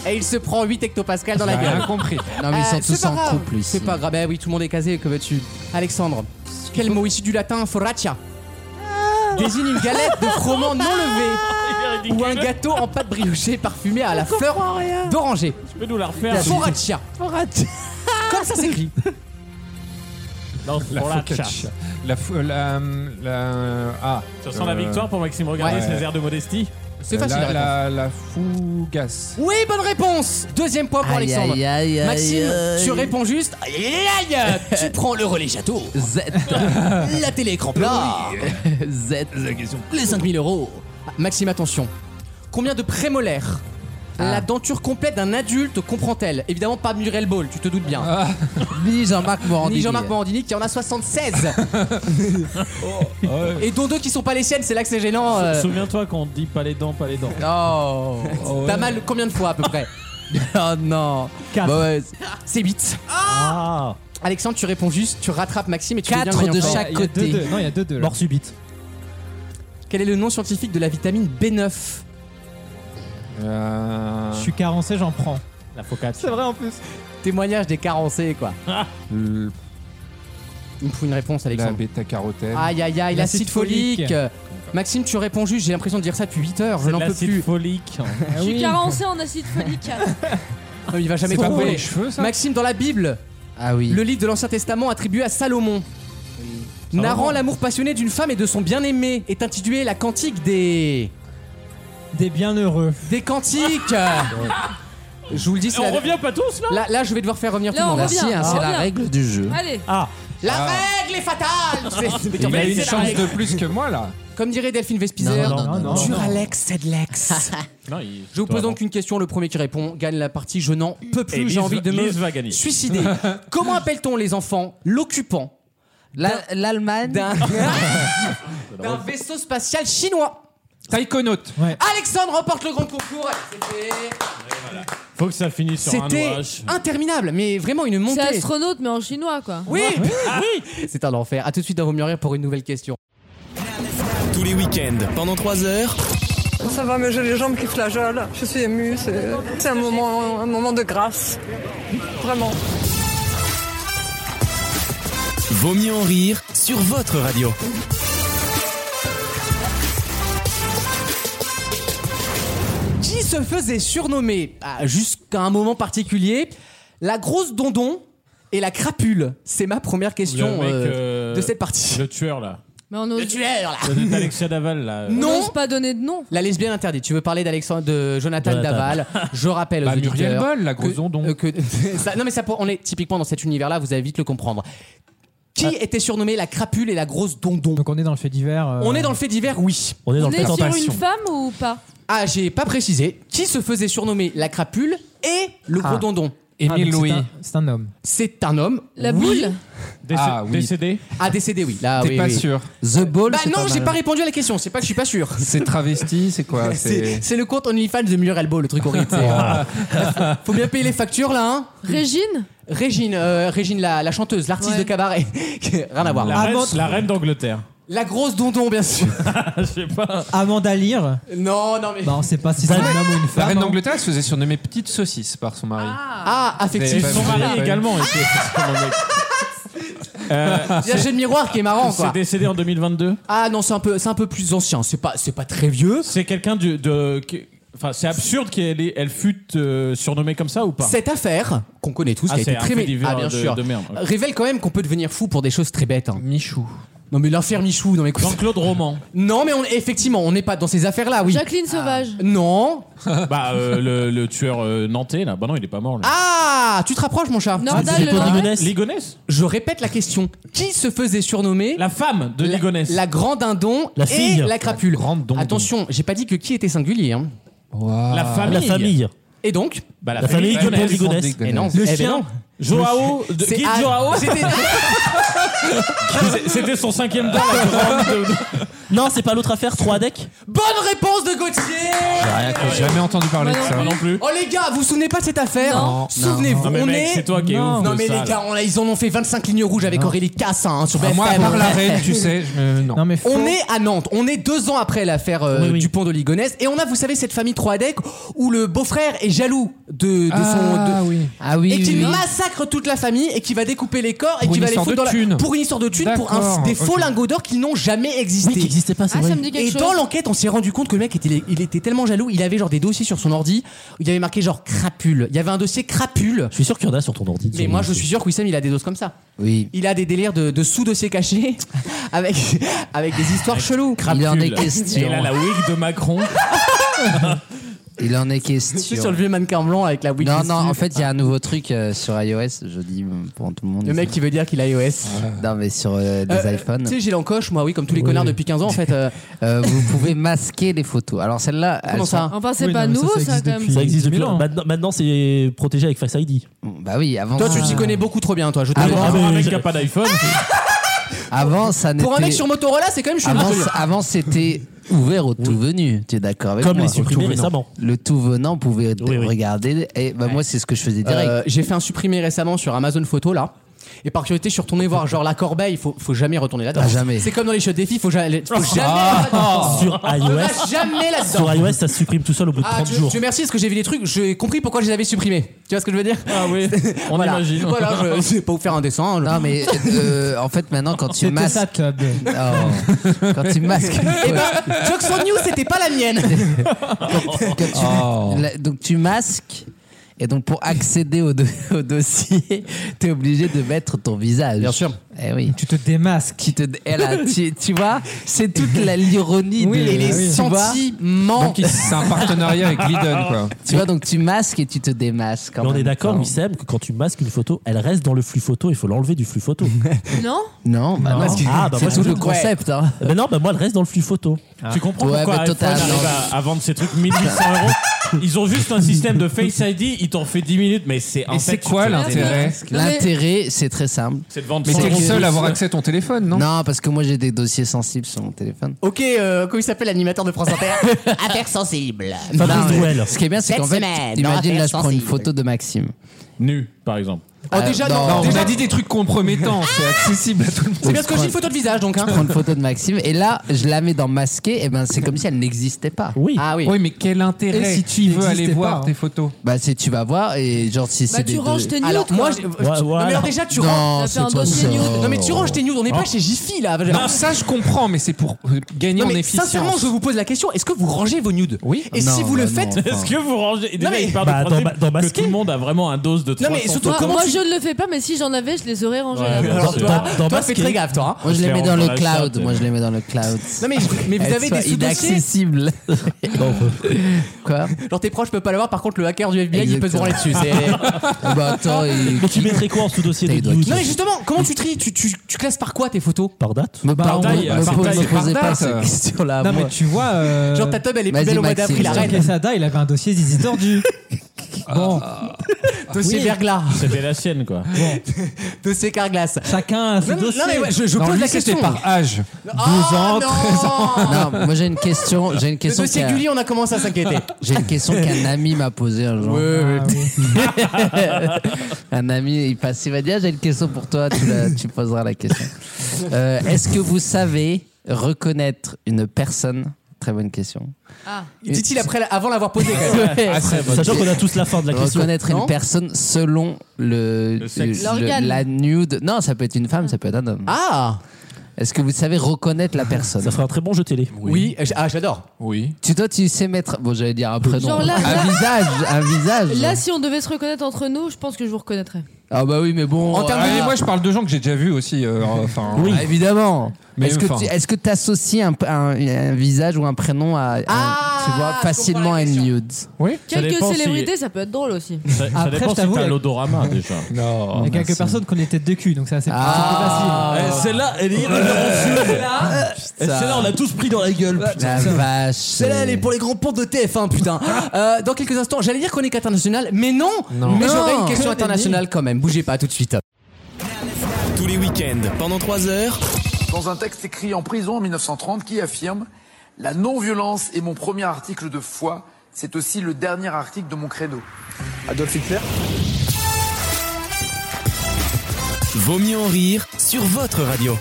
[SPEAKER 2] et il se prend 8 hectopascal dans la
[SPEAKER 5] J'ai
[SPEAKER 2] gueule.
[SPEAKER 5] rien compris.
[SPEAKER 6] Non, Ah, mais ils sont
[SPEAKER 2] Euh, c'est
[SPEAKER 6] tous
[SPEAKER 2] pas
[SPEAKER 6] en
[SPEAKER 2] grave.
[SPEAKER 6] couple ici.
[SPEAKER 2] C'est pas grave, bah oui, tout le monde est casé, que veux-tu Alexandre, quel mot issu du latin foratia
[SPEAKER 6] Ah.
[SPEAKER 2] Désigne une galette de
[SPEAKER 6] (laughs)
[SPEAKER 2] froment non levée ou un gâteau en pâte briochée parfumé à la fleur d'oranger.
[SPEAKER 4] Tu peux nous la
[SPEAKER 6] Ah.
[SPEAKER 4] refaire
[SPEAKER 2] Foratia. Comme ça s'écrit.
[SPEAKER 4] Non, c'est pour la
[SPEAKER 8] focaccia. La, fou- euh, la, la- ah.
[SPEAKER 4] Ça sent la
[SPEAKER 8] Euh,
[SPEAKER 4] victoire pour Maxime. Regardez
[SPEAKER 8] Ouais.
[SPEAKER 4] ses airs de modestie.
[SPEAKER 2] C'est facile.
[SPEAKER 8] La,
[SPEAKER 2] la réponse.
[SPEAKER 8] la, la fougasse.
[SPEAKER 2] Oui, bonne réponse. Deuxième point pour
[SPEAKER 6] Aïe,
[SPEAKER 2] Alexandre.
[SPEAKER 6] aïe, aïe, aïe,
[SPEAKER 2] Maxime,
[SPEAKER 6] aïe.
[SPEAKER 2] tu réponds juste. Aïe, aïe, aïe, aïe. (laughs) tu prends le relais château.
[SPEAKER 6] Z.
[SPEAKER 2] (laughs) La télé écran (laughs) plat.
[SPEAKER 6] Z.
[SPEAKER 2] Les 5000 euros. Ah, Maxime, attention. Combien de prémolaires la denture complète d'un adulte comprend-elle Évidemment, pas Muriel Ball, tu te doutes bien.
[SPEAKER 6] Ni Jean-Marc Morandini.
[SPEAKER 2] Ni Jean-Marc Morandini qui en a (laughs) 76. Et dont deux qui sont pas les siennes, c'est là que c'est gênant. euh.
[SPEAKER 4] Souviens-toi quand on te dit pas les dents, pas les dents.
[SPEAKER 6] Oh.
[SPEAKER 2] T'as mal combien de fois à peu (laughs) près
[SPEAKER 6] Oh
[SPEAKER 2] Ah,
[SPEAKER 6] non.
[SPEAKER 7] Quatre.
[SPEAKER 6] Bah ouais,
[SPEAKER 2] C'est 8.
[SPEAKER 7] Ah
[SPEAKER 2] Alexandre, tu réponds juste, tu rattrapes Maxime et tu
[SPEAKER 6] Quatre
[SPEAKER 2] deviens gagnant
[SPEAKER 6] de
[SPEAKER 2] fort.
[SPEAKER 6] chaque
[SPEAKER 5] Il y a deux,
[SPEAKER 6] côté.
[SPEAKER 5] deux. Non, il y a deux, deux. là.
[SPEAKER 7] Mort subite.
[SPEAKER 2] Quel est le nom scientifique de la vitamine B9
[SPEAKER 8] Euh,
[SPEAKER 5] Je suis carencé, j'en prends.
[SPEAKER 4] La focaccia.
[SPEAKER 5] vrai en plus.
[SPEAKER 2] Témoignage des carencés, quoi.
[SPEAKER 8] l-
[SPEAKER 2] Il me faut une réponse,
[SPEAKER 8] la
[SPEAKER 2] Alexandre.
[SPEAKER 8] bêta-carotène.
[SPEAKER 2] Aïe aïe aïe, l'acide
[SPEAKER 5] L'acide folique.
[SPEAKER 2] folique. Maxime, tu réponds juste, j'ai l'impression de dire ça depuis 8 heures, je n'en peux
[SPEAKER 4] L'acide
[SPEAKER 2] plus.
[SPEAKER 4] folique.
[SPEAKER 3] Je suis carencé en acide
[SPEAKER 2] (laughs)
[SPEAKER 3] folique.
[SPEAKER 2] Ah, Non, il va jamais
[SPEAKER 5] C'est pas pour
[SPEAKER 2] trouver.
[SPEAKER 5] les cheveux, ça
[SPEAKER 2] Maxime, dans la Bible,
[SPEAKER 6] Ah oui.
[SPEAKER 2] le livre de l'Ancien Testament attribué à Salomon, narrant l'amour passionné d'une femme et de son bien-aimé, est intitulé la cantique des.
[SPEAKER 5] Des bienheureux.
[SPEAKER 2] des cantiques Je vous le dis,
[SPEAKER 4] Et
[SPEAKER 2] c'est
[SPEAKER 4] on
[SPEAKER 2] la-
[SPEAKER 4] revient pas tous là
[SPEAKER 2] Là, là, je vais devoir faire revenir
[SPEAKER 3] Là,
[SPEAKER 2] tout le
[SPEAKER 3] on
[SPEAKER 2] monde.
[SPEAKER 6] Bah si,
[SPEAKER 3] revient,
[SPEAKER 6] hein, c'est
[SPEAKER 3] on
[SPEAKER 6] la
[SPEAKER 3] revient.
[SPEAKER 6] règle du jeu.
[SPEAKER 3] Allez,
[SPEAKER 2] La règle est (laughs) fatale C'est-
[SPEAKER 8] Il a
[SPEAKER 4] Mais
[SPEAKER 8] une
[SPEAKER 4] c'est la
[SPEAKER 8] chance
[SPEAKER 4] règle.
[SPEAKER 8] de plus que moi là.
[SPEAKER 2] Comme dirait Delphine
[SPEAKER 6] Non,
[SPEAKER 2] Vespizer,
[SPEAKER 6] non, non, non, non.
[SPEAKER 2] dur Alex, c'est de l'ex.
[SPEAKER 4] Non, il-
[SPEAKER 2] Je vous
[SPEAKER 4] toi,
[SPEAKER 2] pose donc une question, le premier qui répond gagne la partie, je n'en peux
[SPEAKER 4] Et
[SPEAKER 2] plus,
[SPEAKER 4] Eh, Lise
[SPEAKER 2] j'ai envie
[SPEAKER 4] va-
[SPEAKER 2] de me
[SPEAKER 4] Lise va gagner.
[SPEAKER 2] (laughs) suicider. Comment appelle-t-on les enfants l'occupant
[SPEAKER 6] La- L'Allemagne.
[SPEAKER 2] d'un (laughs) d'un vaisseau spatial chinois
[SPEAKER 8] Taïkonaute.
[SPEAKER 2] Alexandre remporte le grand concours. C'était-
[SPEAKER 4] Faut que ça finisse sur un
[SPEAKER 2] C'était
[SPEAKER 4] ouage.
[SPEAKER 2] interminable, mais vraiment une
[SPEAKER 3] c'est
[SPEAKER 2] montée.
[SPEAKER 3] astronaute mais en chinois quoi.
[SPEAKER 2] (laughs) Oui, oui. (laughs) C'est un enfer. À tout de suite dans Vaut mieux rire pour une nouvelle question.
[SPEAKER 1] Tous les week-ends, pendant 3 heures.
[SPEAKER 11] Ça va, mais j'ai les jambes qui flageolent. Je suis émue. C'est c'est un moment, un moment de grâce. Vraiment.
[SPEAKER 1] Vaut mieux en rire sur votre radio.
[SPEAKER 2] Qui se faisait surnommer ah, jusqu'à un moment particulier la grosse dondon et la crapule C'est ma première question
[SPEAKER 4] Le mec,
[SPEAKER 2] euh,
[SPEAKER 4] euh,
[SPEAKER 2] (laughs) de cette partie.
[SPEAKER 4] Le tueur là.
[SPEAKER 3] Mais on ose...
[SPEAKER 2] tueur, là
[SPEAKER 4] Peut-être Alexia Daval, là.
[SPEAKER 3] On
[SPEAKER 2] Non.
[SPEAKER 3] n'ose pas donner de nom.
[SPEAKER 2] La lesbienne interdite. Tu veux parler d'Alexandre, de Jonathan,
[SPEAKER 4] Jonathan.
[SPEAKER 2] Daval. Je rappelle aux
[SPEAKER 8] Bah, Muriel
[SPEAKER 2] auditeurs
[SPEAKER 8] Boll, la
[SPEAKER 2] que-
[SPEAKER 8] grosse ondon.
[SPEAKER 2] euh, que- (laughs) ça- non, mais ça, pour- on est typiquement dans cet univers-là. Vous allez vite le comprendre. Qui était surnommée la crapule et la grosse dondon Donc
[SPEAKER 5] on est dans le fait divers. euh,
[SPEAKER 2] On est dans le fait divers, oui.
[SPEAKER 3] On est sur une femme ou pas
[SPEAKER 2] Ah, j'ai pas précisé qui se faisait surnommer la crapule et le gros
[SPEAKER 5] Ah.
[SPEAKER 2] dondon.
[SPEAKER 5] Ah, donc c'est un- C'est un homme.
[SPEAKER 2] C'est un homme.
[SPEAKER 3] La
[SPEAKER 2] oui.
[SPEAKER 3] boule
[SPEAKER 5] Décé- Ah, oui. décédé
[SPEAKER 2] Ah, décédé, oui. Là,
[SPEAKER 8] T'es
[SPEAKER 2] oui,
[SPEAKER 8] pas
[SPEAKER 2] oui.
[SPEAKER 8] sûr.
[SPEAKER 6] The Ball,
[SPEAKER 2] Bah
[SPEAKER 6] c'est
[SPEAKER 2] non,
[SPEAKER 6] pas
[SPEAKER 2] j'ai
[SPEAKER 6] mal.
[SPEAKER 2] pas répondu à la question. C'est pas que je suis pas sûr.
[SPEAKER 8] C'est travesti, c'est
[SPEAKER 2] (laughs)
[SPEAKER 8] quoi
[SPEAKER 2] C'est c'est le compte OnlyFans de Muriel Beau, le truc horrible. C'est, euh, faut- faut bien payer les factures là, hein
[SPEAKER 3] Régine
[SPEAKER 2] Régine, euh, Régine la, la chanteuse, l'artiste
[SPEAKER 3] Ouais.
[SPEAKER 2] de cabaret. (laughs) Rien à voir.
[SPEAKER 4] La,
[SPEAKER 2] Ah,
[SPEAKER 4] reine,
[SPEAKER 2] bon,
[SPEAKER 4] la reine d'Angleterre.
[SPEAKER 2] la grosse dondon, bien sûr.
[SPEAKER 4] Je sais pas.
[SPEAKER 5] Amanda Lear
[SPEAKER 2] Ah, Non, non, mais.
[SPEAKER 5] Bah, on sait pas si c'est un homme ou une
[SPEAKER 8] La reine
[SPEAKER 5] femme. hein.
[SPEAKER 8] d'Angleterre elle se faisait surnommer Petite Saucisse par son mari.
[SPEAKER 2] Ah,
[SPEAKER 8] Et
[SPEAKER 2] affectif.
[SPEAKER 8] son mari
[SPEAKER 4] Marie également était surnommée. Euh,
[SPEAKER 2] Il y a un jeu de miroir qui est marrant,
[SPEAKER 4] C'est
[SPEAKER 2] quoi.
[SPEAKER 4] décédé en 2022.
[SPEAKER 2] Ah non, c'est un peu, c'est un peu plus ancien. C'est pas, c'est pas très vieux.
[SPEAKER 4] C'est quelqu'un du- de. qui- Enfin, c'est absurde qu'elle ait- elle fût euh, surnommée comme ça ou pas
[SPEAKER 2] Cette affaire qu'on connaît tous,
[SPEAKER 4] Ah,
[SPEAKER 2] qui a été
[SPEAKER 4] c'est un
[SPEAKER 2] très
[SPEAKER 4] fait
[SPEAKER 2] mé-
[SPEAKER 4] divers
[SPEAKER 2] ah, bien
[SPEAKER 4] de-
[SPEAKER 2] sûr,
[SPEAKER 4] de merde. Ok.
[SPEAKER 2] révèle quand même qu'on peut devenir fou pour des choses très bêtes. hein.
[SPEAKER 8] Michou.
[SPEAKER 2] Non mais l'affaire Michou, non mais écoute-
[SPEAKER 4] Jean-Claude Roman.
[SPEAKER 2] non mais on, effectivement, on n'est pas dans ces affaires-là, oui. Ah.
[SPEAKER 3] Jacqueline Sauvage.
[SPEAKER 2] Non.
[SPEAKER 4] bah, euh, le, le tueur euh, nantais, là. Bah non, il est pas mort, là.
[SPEAKER 2] Ah, tu te rapproches, mon chat.
[SPEAKER 3] Nordal le
[SPEAKER 4] euh,
[SPEAKER 3] Nordal.
[SPEAKER 4] Ligonesse
[SPEAKER 2] Je répète la question. Qui se faisait surnommer
[SPEAKER 4] La femme de
[SPEAKER 2] la,
[SPEAKER 4] Ligonesse.
[SPEAKER 2] la grande dindon
[SPEAKER 7] La fille.
[SPEAKER 2] et la crapule
[SPEAKER 8] grande dindon.
[SPEAKER 2] Attention, j'ai pas dit que qui était singulier. hein.
[SPEAKER 4] La famille.
[SPEAKER 7] La famille.
[SPEAKER 2] Et donc
[SPEAKER 4] Bah, la,
[SPEAKER 7] La
[SPEAKER 4] famille.
[SPEAKER 7] famille
[SPEAKER 4] Ligonesse.
[SPEAKER 7] Ligonesse. Ligonesse.
[SPEAKER 2] Et non.
[SPEAKER 7] Le
[SPEAKER 2] eh ben
[SPEAKER 7] chien.
[SPEAKER 2] non.
[SPEAKER 4] Joao. de-
[SPEAKER 2] C'est-
[SPEAKER 4] Guy
[SPEAKER 2] ah,
[SPEAKER 4] Joao.
[SPEAKER 2] c'était- (laughs)
[SPEAKER 4] C'est- C'était son
[SPEAKER 2] Ah.
[SPEAKER 4] cinquième don. la grande-
[SPEAKER 7] Non, c'est pas l'autre affaire, 3 deck
[SPEAKER 2] Bonne réponse de Gauthier
[SPEAKER 8] J'ai jamais entendu parler de
[SPEAKER 3] Moi Bah non
[SPEAKER 8] ça.
[SPEAKER 4] Moi non plus.
[SPEAKER 2] Oh les gars, vous vous souvenez pas de cette affaire
[SPEAKER 3] Non.
[SPEAKER 2] hein Souvenez-vous,
[SPEAKER 4] Non, mais
[SPEAKER 2] on
[SPEAKER 4] mec,
[SPEAKER 2] est.
[SPEAKER 4] c'est toi qui es ouf
[SPEAKER 2] non,
[SPEAKER 4] de
[SPEAKER 2] mais
[SPEAKER 4] ça,
[SPEAKER 2] les gars, on a- ils en ont fait 25 lignes rouges avec Aurélie Cassin hein, sur
[SPEAKER 8] Ah,
[SPEAKER 2] BFM.
[SPEAKER 8] Moi, à part la reine, tu sais, je me- non.
[SPEAKER 5] Non, mais faux.
[SPEAKER 2] On est à Nantes, on est deux ans après l'affaire euh,
[SPEAKER 7] Oui, oui.
[SPEAKER 2] Dupont de Ligonnès et on a, vous savez, cette famille Troadec où le beau-frère est jaloux de, de son.
[SPEAKER 8] Ah
[SPEAKER 2] de-
[SPEAKER 8] oui.
[SPEAKER 6] Ah oui,
[SPEAKER 2] et
[SPEAKER 6] oui,
[SPEAKER 2] qui
[SPEAKER 6] oui.
[SPEAKER 2] massacre toute la famille et qui va découper les corps et
[SPEAKER 8] Pour
[SPEAKER 2] qui
[SPEAKER 8] une
[SPEAKER 2] va les
[SPEAKER 8] histoire
[SPEAKER 2] foutre
[SPEAKER 8] de
[SPEAKER 2] dans la-
[SPEAKER 8] thunes.
[SPEAKER 2] pour une histoire de thunes pour un-
[SPEAKER 8] D'accord,
[SPEAKER 2] des faux
[SPEAKER 8] ok.
[SPEAKER 2] lingots d'or qui n'ont jamais existé.
[SPEAKER 7] Oui, qui n'existait pas, c'est
[SPEAKER 3] Ah,
[SPEAKER 7] vrai.
[SPEAKER 3] ça me dit quelque
[SPEAKER 2] Et
[SPEAKER 3] chose.
[SPEAKER 2] dans l'enquête, on s'est rendu compte que le mec était, il était tellement jaloux, il avait genre des dossiers sur son ordi où il y avait marqué genre crapule. Il y avait un dossier crapule.
[SPEAKER 7] Je suis sûr qu'il y en a sur ton ordi.
[SPEAKER 2] Mais
[SPEAKER 7] sur-
[SPEAKER 2] moi, je suis sûr que Wissem, il a des doses comme ça.
[SPEAKER 6] Oui.
[SPEAKER 2] Il a des délires de, de sous-dossiers cachés (laughs) avec, avec des histoires cheloues.
[SPEAKER 6] Il en est
[SPEAKER 4] Et
[SPEAKER 6] question.
[SPEAKER 4] là, la wig de Macron.
[SPEAKER 6] Il en est
[SPEAKER 2] Je suis
[SPEAKER 6] question.
[SPEAKER 2] sur le vieux mannequin blanc avec la Wii.
[SPEAKER 6] Non, non, en fait, il y a un nouveau truc euh, sur iOS, je dis euh, pour tout le monde.
[SPEAKER 2] Le mec qui veut dire qu'il a iOS.
[SPEAKER 6] Non, mais sur euh, des
[SPEAKER 2] Euh,
[SPEAKER 6] iPhones.
[SPEAKER 2] Tu sais, j'ai l'encoche, moi, oui, comme tous les connards depuis 15 ans, en fait. euh,
[SPEAKER 6] Euh, vous pouvez masquer les photos. Alors celle-là,
[SPEAKER 2] comment
[SPEAKER 6] elles
[SPEAKER 2] ça
[SPEAKER 3] Enfin, c'est
[SPEAKER 5] Oui,
[SPEAKER 3] pas
[SPEAKER 5] non, mais ça,
[SPEAKER 3] nouveau,
[SPEAKER 5] ça
[SPEAKER 3] ça,
[SPEAKER 5] existe
[SPEAKER 3] quand même.
[SPEAKER 5] depuis-
[SPEAKER 7] Ça existe depuis
[SPEAKER 5] Mille ans.
[SPEAKER 7] longtemps. Maintenant, maintenant, c'est protégé avec Face ID.
[SPEAKER 6] sont- Bah oui, avant.
[SPEAKER 2] Toi, tu
[SPEAKER 6] ça-
[SPEAKER 2] t'y connais beaucoup trop bien, toi. Je te
[SPEAKER 6] Ah
[SPEAKER 2] le
[SPEAKER 6] bon
[SPEAKER 2] dis.
[SPEAKER 7] Ah,
[SPEAKER 4] Pour Ah, un
[SPEAKER 7] mais
[SPEAKER 4] mec
[SPEAKER 7] je-
[SPEAKER 4] qui a pas d'iPhone.
[SPEAKER 6] Avant, ça n'était.
[SPEAKER 2] Pour un mec sur Motorola, c'est quand même chelou.
[SPEAKER 6] Avant, avant, c'était ouvert au tout venu. Tu es d'accord avec
[SPEAKER 7] Comme
[SPEAKER 6] moi
[SPEAKER 7] les supprimés récemment.
[SPEAKER 6] Le tout venant pouvait
[SPEAKER 7] Oui, oui.
[SPEAKER 6] regarder. Et bah, moi, c'est ce que je faisais direct.
[SPEAKER 2] Euh, j'ai fait un supprimé récemment sur Amazon Photo là. Et par curiosité, je suis retourné voir genre la corbeille. Faut, faut jamais Ah. retourner là-dedans.
[SPEAKER 6] Ah, jamais.
[SPEAKER 2] C'est comme dans les shots des filles. Faut, ja- faut jamais.
[SPEAKER 7] Ah, Sur
[SPEAKER 2] On va
[SPEAKER 7] iOS.
[SPEAKER 2] jamais là-dedans.
[SPEAKER 7] Sur iOS, ça se supprime tout seul au bout de
[SPEAKER 2] Ah,
[SPEAKER 7] 30
[SPEAKER 2] tu,
[SPEAKER 7] jours.
[SPEAKER 2] tu merci parce que j'ai vu des trucs. J'ai compris pourquoi je les avais supprimés. Tu vois ce que je veux dire
[SPEAKER 4] Ah oui,
[SPEAKER 2] (laughs)
[SPEAKER 4] on
[SPEAKER 2] Voilà.
[SPEAKER 4] imagine.
[SPEAKER 2] Voilà, je, je vais pas vous faire un dessin. hein,
[SPEAKER 6] Non, mais euh, en fait, maintenant, quand tu
[SPEAKER 5] C'était
[SPEAKER 6] masques.
[SPEAKER 5] sa tub.
[SPEAKER 6] Oh. Quand tu masques.
[SPEAKER 2] (laughs) Et ben, Jackson News, c'était pas la mienne.
[SPEAKER 7] Oh.
[SPEAKER 6] La- donc tu masques. Et donc pour accéder au, do- au dossier, (laughs) t'es obligé de mettre ton visage.
[SPEAKER 2] Bien sûr.
[SPEAKER 6] Eh oui.
[SPEAKER 5] Tu te démasques.
[SPEAKER 6] Qui te, eh là, tu, tu vois, c'est toute la- l'ironie
[SPEAKER 5] Oui,
[SPEAKER 6] de-
[SPEAKER 5] et les
[SPEAKER 6] tu vois,
[SPEAKER 2] Sentiments.
[SPEAKER 8] Ah Donc, il- c'est un partenariat avec Lidl, quoi.
[SPEAKER 6] tu vois, donc tu masques et tu te démasques. en
[SPEAKER 7] Mais on est
[SPEAKER 6] même
[SPEAKER 7] d'accord,
[SPEAKER 6] temps.
[SPEAKER 7] Wissem, que quand tu masques une photo, elle reste dans le flux photo, il faut l'enlever du flux photo.
[SPEAKER 3] Non
[SPEAKER 6] Non, bah non.
[SPEAKER 7] Parce que- Ah, bah
[SPEAKER 6] c'est
[SPEAKER 7] moi,
[SPEAKER 6] tout
[SPEAKER 7] je-
[SPEAKER 6] le concept. hein.
[SPEAKER 4] Eh ben
[SPEAKER 7] Mais non, bah moi, elle reste dans le flux photo.
[SPEAKER 8] Ah.
[SPEAKER 4] Tu comprends
[SPEAKER 6] Ouais,
[SPEAKER 7] ben,
[SPEAKER 4] pourquoi
[SPEAKER 6] mais
[SPEAKER 4] iPhone
[SPEAKER 6] total,
[SPEAKER 4] arrive
[SPEAKER 6] non.
[SPEAKER 4] à, à vendre ces trucs 1800 euros Ils ont juste un système
[SPEAKER 7] (laughs)
[SPEAKER 4] de Face ID, ils t'en fait 10 minutes, mais c'est en
[SPEAKER 8] Et
[SPEAKER 4] fait,
[SPEAKER 8] c'est quoi
[SPEAKER 4] tu-
[SPEAKER 8] l'intérêt
[SPEAKER 3] Non, mais-
[SPEAKER 6] L'intérêt, c'est très simple.
[SPEAKER 4] C'est de vendre
[SPEAKER 8] Mais
[SPEAKER 4] 100
[SPEAKER 8] t'es le
[SPEAKER 4] euros
[SPEAKER 8] seul
[SPEAKER 4] plus.
[SPEAKER 8] à avoir accès à ton téléphone, non
[SPEAKER 6] Non, parce que moi j'ai des dossiers sensibles sur mon téléphone.
[SPEAKER 2] (laughs) Ok, euh, comment il s'appelle l'animateur de France (laughs) Inter Affaires sensibles.
[SPEAKER 6] Non,
[SPEAKER 7] Fabrice
[SPEAKER 6] mais
[SPEAKER 7] Duel.
[SPEAKER 6] Ce qui est bien, c'est
[SPEAKER 2] Cette
[SPEAKER 6] qu'en fait,
[SPEAKER 2] semaine,
[SPEAKER 6] imagine
[SPEAKER 2] dans
[SPEAKER 6] là, je prends une
[SPEAKER 2] Affaires
[SPEAKER 6] photo de Maxime.
[SPEAKER 4] Nu, par exemple.
[SPEAKER 2] Oh, déjà,
[SPEAKER 6] Euh,
[SPEAKER 2] non.
[SPEAKER 6] non,
[SPEAKER 8] On
[SPEAKER 2] déjà,
[SPEAKER 8] a dit des trucs compromettants, c'est accessible à tout le
[SPEAKER 2] Ah. c'est
[SPEAKER 8] monde.
[SPEAKER 2] bien parce que j'ai une photo de visage donc. Hein.
[SPEAKER 6] Je prends une photo de Maxime et là, je la mets dans masqué. Et ben, c'est comme si elle n'existait pas.
[SPEAKER 7] Oui.
[SPEAKER 2] Ah oui.
[SPEAKER 8] Oui, mais quel intérêt
[SPEAKER 5] Et si tu
[SPEAKER 8] tu veux aller
[SPEAKER 5] n'existais
[SPEAKER 8] voir
[SPEAKER 5] pas,
[SPEAKER 8] tes
[SPEAKER 5] hein.
[SPEAKER 8] photos
[SPEAKER 6] Bah, c'est tu vas voir et genre si c'est
[SPEAKER 3] Bah,
[SPEAKER 6] des
[SPEAKER 3] tu ranges
[SPEAKER 6] deux-
[SPEAKER 3] tes nudes.
[SPEAKER 2] Alors
[SPEAKER 3] quoi.
[SPEAKER 2] moi, je-
[SPEAKER 7] Ouais,
[SPEAKER 2] tu- hein. non, mais
[SPEAKER 7] voilà.
[SPEAKER 2] alors déjà tu ranges.
[SPEAKER 6] Non,
[SPEAKER 3] T'as
[SPEAKER 6] c'est
[SPEAKER 3] fait un
[SPEAKER 6] toi
[SPEAKER 3] dossier
[SPEAKER 6] seul.
[SPEAKER 3] nude.
[SPEAKER 2] Non mais tu ranges tes nudes. On n'est pas chez Jiffy là.
[SPEAKER 8] Non, ça je comprends, mais c'est pour euh, gagner
[SPEAKER 2] Non,
[SPEAKER 8] en
[SPEAKER 2] mais
[SPEAKER 8] efficience.
[SPEAKER 2] sincèrement, je vous pose la question. Est-ce que vous rangez vos nudes
[SPEAKER 8] Oui.
[SPEAKER 2] Et si
[SPEAKER 6] Non,
[SPEAKER 2] vous le
[SPEAKER 6] bah non,
[SPEAKER 2] faites
[SPEAKER 6] enfin.
[SPEAKER 4] Est-ce que vous rangez. Déjà,
[SPEAKER 2] mais-
[SPEAKER 4] il part
[SPEAKER 7] Ah. Bah,
[SPEAKER 4] du
[SPEAKER 7] dans
[SPEAKER 4] principe
[SPEAKER 7] ma- dans
[SPEAKER 4] que
[SPEAKER 7] Masqué.
[SPEAKER 4] tout le monde a vraiment un dose de
[SPEAKER 2] Non
[SPEAKER 4] 300
[SPEAKER 2] mais surtout
[SPEAKER 3] Moi,
[SPEAKER 2] comment
[SPEAKER 3] moi,
[SPEAKER 2] tu
[SPEAKER 3] je ne le fais pas, mais si j'en avais, je les aurais rangés.
[SPEAKER 6] Ouais,
[SPEAKER 4] Euh,
[SPEAKER 3] là.
[SPEAKER 6] bien
[SPEAKER 2] Alors,
[SPEAKER 6] sûr.
[SPEAKER 2] toi,
[SPEAKER 6] Dans- dans
[SPEAKER 2] toi, fais
[SPEAKER 6] Basket,
[SPEAKER 2] très gaffe, toi. hein.
[SPEAKER 6] Moi, je les mets dans le cloud. Moi, je les mets dans le cloud.
[SPEAKER 2] Non, mais, mais vous
[SPEAKER 6] Elles
[SPEAKER 2] avez des
[SPEAKER 6] soient
[SPEAKER 2] sous-dossiers
[SPEAKER 6] inaccessibles. Quoi
[SPEAKER 2] Genre tes proches peuvent pas l'avoir, par contre le hacker du FBI il peut se branler dessus. c'est-
[SPEAKER 6] Bah attends, il-
[SPEAKER 7] Donc tu mettrais quoi en sous-dossier de news
[SPEAKER 2] Non mais justement, comment tu tries tu, tu, tu classes par quoi tes photos Ah,
[SPEAKER 7] Par date
[SPEAKER 6] Me
[SPEAKER 2] Par
[SPEAKER 6] par-
[SPEAKER 2] taille,
[SPEAKER 6] me- me
[SPEAKER 2] par
[SPEAKER 6] pose-
[SPEAKER 2] taille,
[SPEAKER 6] me posez
[SPEAKER 2] par taille.
[SPEAKER 6] pas cette question-là.
[SPEAKER 5] Non,
[SPEAKER 6] moi.
[SPEAKER 5] mais tu vois. euh,
[SPEAKER 2] Genre ta tub elle est plus
[SPEAKER 6] Vas-y,
[SPEAKER 2] belle au mois
[SPEAKER 6] Maxime,
[SPEAKER 2] d'avril,
[SPEAKER 6] genre,
[SPEAKER 2] arrête.
[SPEAKER 5] (laughs) Quesada, il avait un dossier zizi tordu. bon,
[SPEAKER 2] Dossier
[SPEAKER 5] Oui.
[SPEAKER 2] verglas,
[SPEAKER 4] C'était la sienne, quoi.
[SPEAKER 2] dossier carglass.
[SPEAKER 5] chacun a ses
[SPEAKER 2] Non, non,
[SPEAKER 5] dossiers.
[SPEAKER 2] mais ouais, je, je
[SPEAKER 8] Dans
[SPEAKER 2] pose
[SPEAKER 8] le
[SPEAKER 2] la
[SPEAKER 8] lycée,
[SPEAKER 2] question. Ah,
[SPEAKER 8] c'était par âge.
[SPEAKER 2] 12
[SPEAKER 8] ans, 13
[SPEAKER 2] ans.
[SPEAKER 6] Non, moi j'ai une question. J'ai une
[SPEAKER 2] hein. Le
[SPEAKER 6] question.
[SPEAKER 2] dossier
[SPEAKER 6] qu'un-
[SPEAKER 2] Gulli, on a commencé à s'inquiéter.
[SPEAKER 6] J'ai une question qu'un ami m'a posée un jour. (laughs) un ami, il passe, il m'a dit Ah, j'ai une question pour toi, tu, la- tu poseras la question. Euh, Est-ce que vous savez reconnaître une personne Très bonne question.
[SPEAKER 3] Ah.
[SPEAKER 2] Dit-il après, la- avant l'avoir posé. quand même.
[SPEAKER 6] Ouais.
[SPEAKER 7] Sachant qu'on a tous la fin de la question.
[SPEAKER 6] reconnaître
[SPEAKER 2] Non.
[SPEAKER 6] une personne selon le,
[SPEAKER 4] Le sexe.
[SPEAKER 6] le-
[SPEAKER 3] L'organe.
[SPEAKER 6] la nude. Non, ça peut être une femme, ça peut être un homme.
[SPEAKER 2] Ah
[SPEAKER 6] Est-ce que vous savez reconnaître la personne
[SPEAKER 7] Ça ferait un très bon jeu télé.
[SPEAKER 2] oui, euh, j- ah j'adore.
[SPEAKER 8] Oui.
[SPEAKER 6] Tu toi tu sais mettre bon j'allais dire un prénom
[SPEAKER 3] Genre là-
[SPEAKER 6] un
[SPEAKER 3] là-
[SPEAKER 6] visage un
[SPEAKER 3] (laughs)
[SPEAKER 6] visage
[SPEAKER 3] Là, si on devait se reconnaître entre nous, je pense que je vous reconnaîtrais.
[SPEAKER 6] ah bah oui mais bon
[SPEAKER 2] En termes
[SPEAKER 8] Ah, mais
[SPEAKER 6] ah,
[SPEAKER 8] moi, je parle de gens que j'ai déjà vus aussi. euh, Enfin.
[SPEAKER 6] oui. évidemment
[SPEAKER 8] Mais
[SPEAKER 6] est-ce que
[SPEAKER 8] enfin.
[SPEAKER 6] tu est-ce que t'associes un, un- un visage ou un prénom à, à-
[SPEAKER 2] Ah,
[SPEAKER 6] tu vois
[SPEAKER 2] je comprends
[SPEAKER 6] facilement
[SPEAKER 2] la
[SPEAKER 6] à une
[SPEAKER 2] question.
[SPEAKER 6] nude
[SPEAKER 4] Ça
[SPEAKER 3] Quelques
[SPEAKER 4] dépend si-
[SPEAKER 3] célébrités, ça peut être drôle aussi.
[SPEAKER 4] Ça, ça
[SPEAKER 5] Après,
[SPEAKER 4] dépend
[SPEAKER 5] je
[SPEAKER 4] si
[SPEAKER 5] t'avoue,
[SPEAKER 4] t'as
[SPEAKER 7] euh,
[SPEAKER 5] elle-
[SPEAKER 4] l'odorama, déjà.
[SPEAKER 5] Il y a quelques
[SPEAKER 6] merci.
[SPEAKER 5] personnes qui ont des têtes de cul, donc c'est assez
[SPEAKER 6] Ah.
[SPEAKER 5] c'est facile.
[SPEAKER 4] Celle-là, elle est
[SPEAKER 2] Euh,
[SPEAKER 4] Celle-là, on a tous pris dans la gueule.
[SPEAKER 6] la vache
[SPEAKER 2] Celle-là, elle est pour les grands ponts de TF1, putain. Euh, dans quelques instants, j'allais dire qu'on est qu'international, mais non, Mais j'aurais une question internationale quand même. Bougez pas tout de suite.
[SPEAKER 1] Tous les week-ends, pendant 3 heures,
[SPEAKER 12] dans un texte écrit en prison en 1930 qui affirme La non-violence est mon premier article de foi, c'est aussi le dernier article de mon credo.
[SPEAKER 9] Adolf Hitler
[SPEAKER 1] Vaut mieux en rire sur votre radio.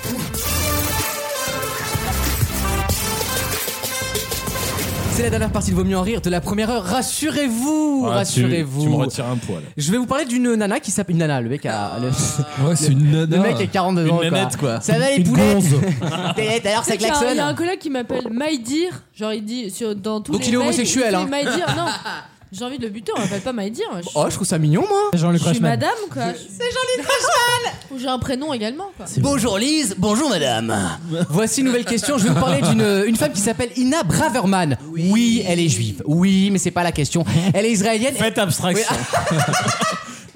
[SPEAKER 2] C'est la dernière partie de Vaut mieux en rire de la première heure. Rassurez-vous, rassurez-vous.
[SPEAKER 4] Tu me retires un poil.
[SPEAKER 2] Je vais vous parler d'une nana qui s'appelle. Une nana, le mec a. le-
[SPEAKER 8] Ouais, c'est une nana.
[SPEAKER 2] Le mec a 42
[SPEAKER 4] Une
[SPEAKER 2] ans.
[SPEAKER 4] nanette, quoi.
[SPEAKER 2] Ça va les poulettes (laughs) Poulettes, alors
[SPEAKER 3] Tu
[SPEAKER 2] ça
[SPEAKER 3] sais qu'il y a un- Il y a un
[SPEAKER 2] klaxonne.
[SPEAKER 3] collègue qui m'appelle My Dear, genre il dit sur, dans tous
[SPEAKER 2] Donc
[SPEAKER 3] les
[SPEAKER 2] il est
[SPEAKER 3] mails,
[SPEAKER 2] homosexuel,
[SPEAKER 3] il
[SPEAKER 2] hein.
[SPEAKER 3] dit My Dear,
[SPEAKER 2] (laughs)
[SPEAKER 3] non. J'ai envie de le buter, on m'appelle pas My Dear. Je,
[SPEAKER 2] Oh, je trouve ça mignon, moi.
[SPEAKER 5] Jean-Luc
[SPEAKER 3] je suis
[SPEAKER 5] Reichmann.
[SPEAKER 3] madame quoi. C'est Jean-Luc Ou j'ai un prénom également quoi.
[SPEAKER 2] Bonjour Lise, bonjour madame. Voici une nouvelle question. Je vais vous parler d'une euh, une femme qui s'appelle Ina Braverman. Oui. elle est juive. Oui, mais c'est pas la question. Elle est israélienne.
[SPEAKER 4] Faites abstraction. (laughs)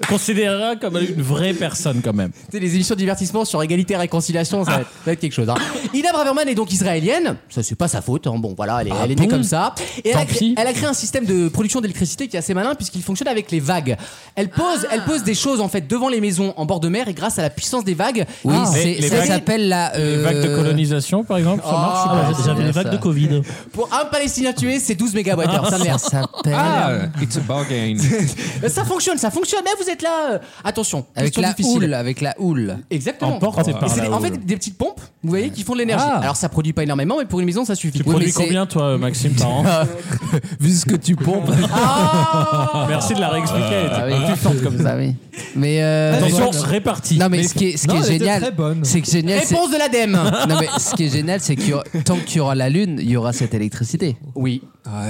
[SPEAKER 4] Considérez-la comme une vraie personne, quand même.
[SPEAKER 2] C'est les émissions de divertissement sur égalité et réconciliation, ça va être, ça va être quelque chose. hein. Ina Braverman est donc israélienne, ça c'est pas sa faute, hein. bon voilà, elle est, elle est née comme ça. Et elle a, cré-
[SPEAKER 4] pis.
[SPEAKER 2] elle a créé un système de production d'électricité qui est assez malin puisqu'il fonctionne avec les vagues. Elle pose, elle pose des choses en fait devant les maisons en bord de mer et grâce à la puissance des vagues.
[SPEAKER 6] oui
[SPEAKER 4] Ah.
[SPEAKER 6] c'est-
[SPEAKER 4] Les- les
[SPEAKER 6] ça
[SPEAKER 4] vagues-
[SPEAKER 6] s'appelle la
[SPEAKER 4] Les vagues de
[SPEAKER 6] euh, Ah,
[SPEAKER 4] colonisation, par exemple, ça marche ou pas
[SPEAKER 6] c'est
[SPEAKER 7] J'avais
[SPEAKER 6] bien
[SPEAKER 7] les vagues
[SPEAKER 6] ça.
[SPEAKER 7] de Covid.
[SPEAKER 2] Pour un Palestinien tué, c'est 12 mégawattheures, sa
[SPEAKER 6] ça
[SPEAKER 2] mère.
[SPEAKER 6] s'appelle
[SPEAKER 8] Ah, it's a (laughs) bargain.
[SPEAKER 2] Ça fonctionne, ça fonctionne, mais vous êtes là. euh, Attention,
[SPEAKER 6] avec
[SPEAKER 2] question
[SPEAKER 6] la
[SPEAKER 2] difficile.
[SPEAKER 6] houle avec la houle (laughs)
[SPEAKER 2] Exactement.
[SPEAKER 4] Emporté
[SPEAKER 2] Et
[SPEAKER 4] par
[SPEAKER 2] c'est
[SPEAKER 4] la
[SPEAKER 2] des- en Oh, fait
[SPEAKER 4] houle.
[SPEAKER 2] des petites pompes, vous voyez, qui font de l'énergie. Alors ça produit pas énormément, mais pour une maison ça
[SPEAKER 4] Tu
[SPEAKER 2] suffit.
[SPEAKER 6] Oui, mais
[SPEAKER 4] produis
[SPEAKER 6] c'est-
[SPEAKER 4] combien, toi, Maxime, par
[SPEAKER 6] (laughs)
[SPEAKER 4] an
[SPEAKER 6] vu ce que tu pompes
[SPEAKER 2] Ah
[SPEAKER 4] Merci de la réexpliquer.
[SPEAKER 6] Ah oui, tu fortes comme ça, oui. Mais euh,
[SPEAKER 4] Attention, répartie.
[SPEAKER 6] non, mais ce qui est, ce qui
[SPEAKER 5] Non,
[SPEAKER 6] est
[SPEAKER 5] elle était très
[SPEAKER 6] génial,
[SPEAKER 5] bonne.
[SPEAKER 6] c'est que génial, c'est
[SPEAKER 2] Réponse de l'ADEME.
[SPEAKER 6] non mais ce qui est génial, c'est que tant qu'il y aura la lune, il y aura cette électricité.
[SPEAKER 2] Oui.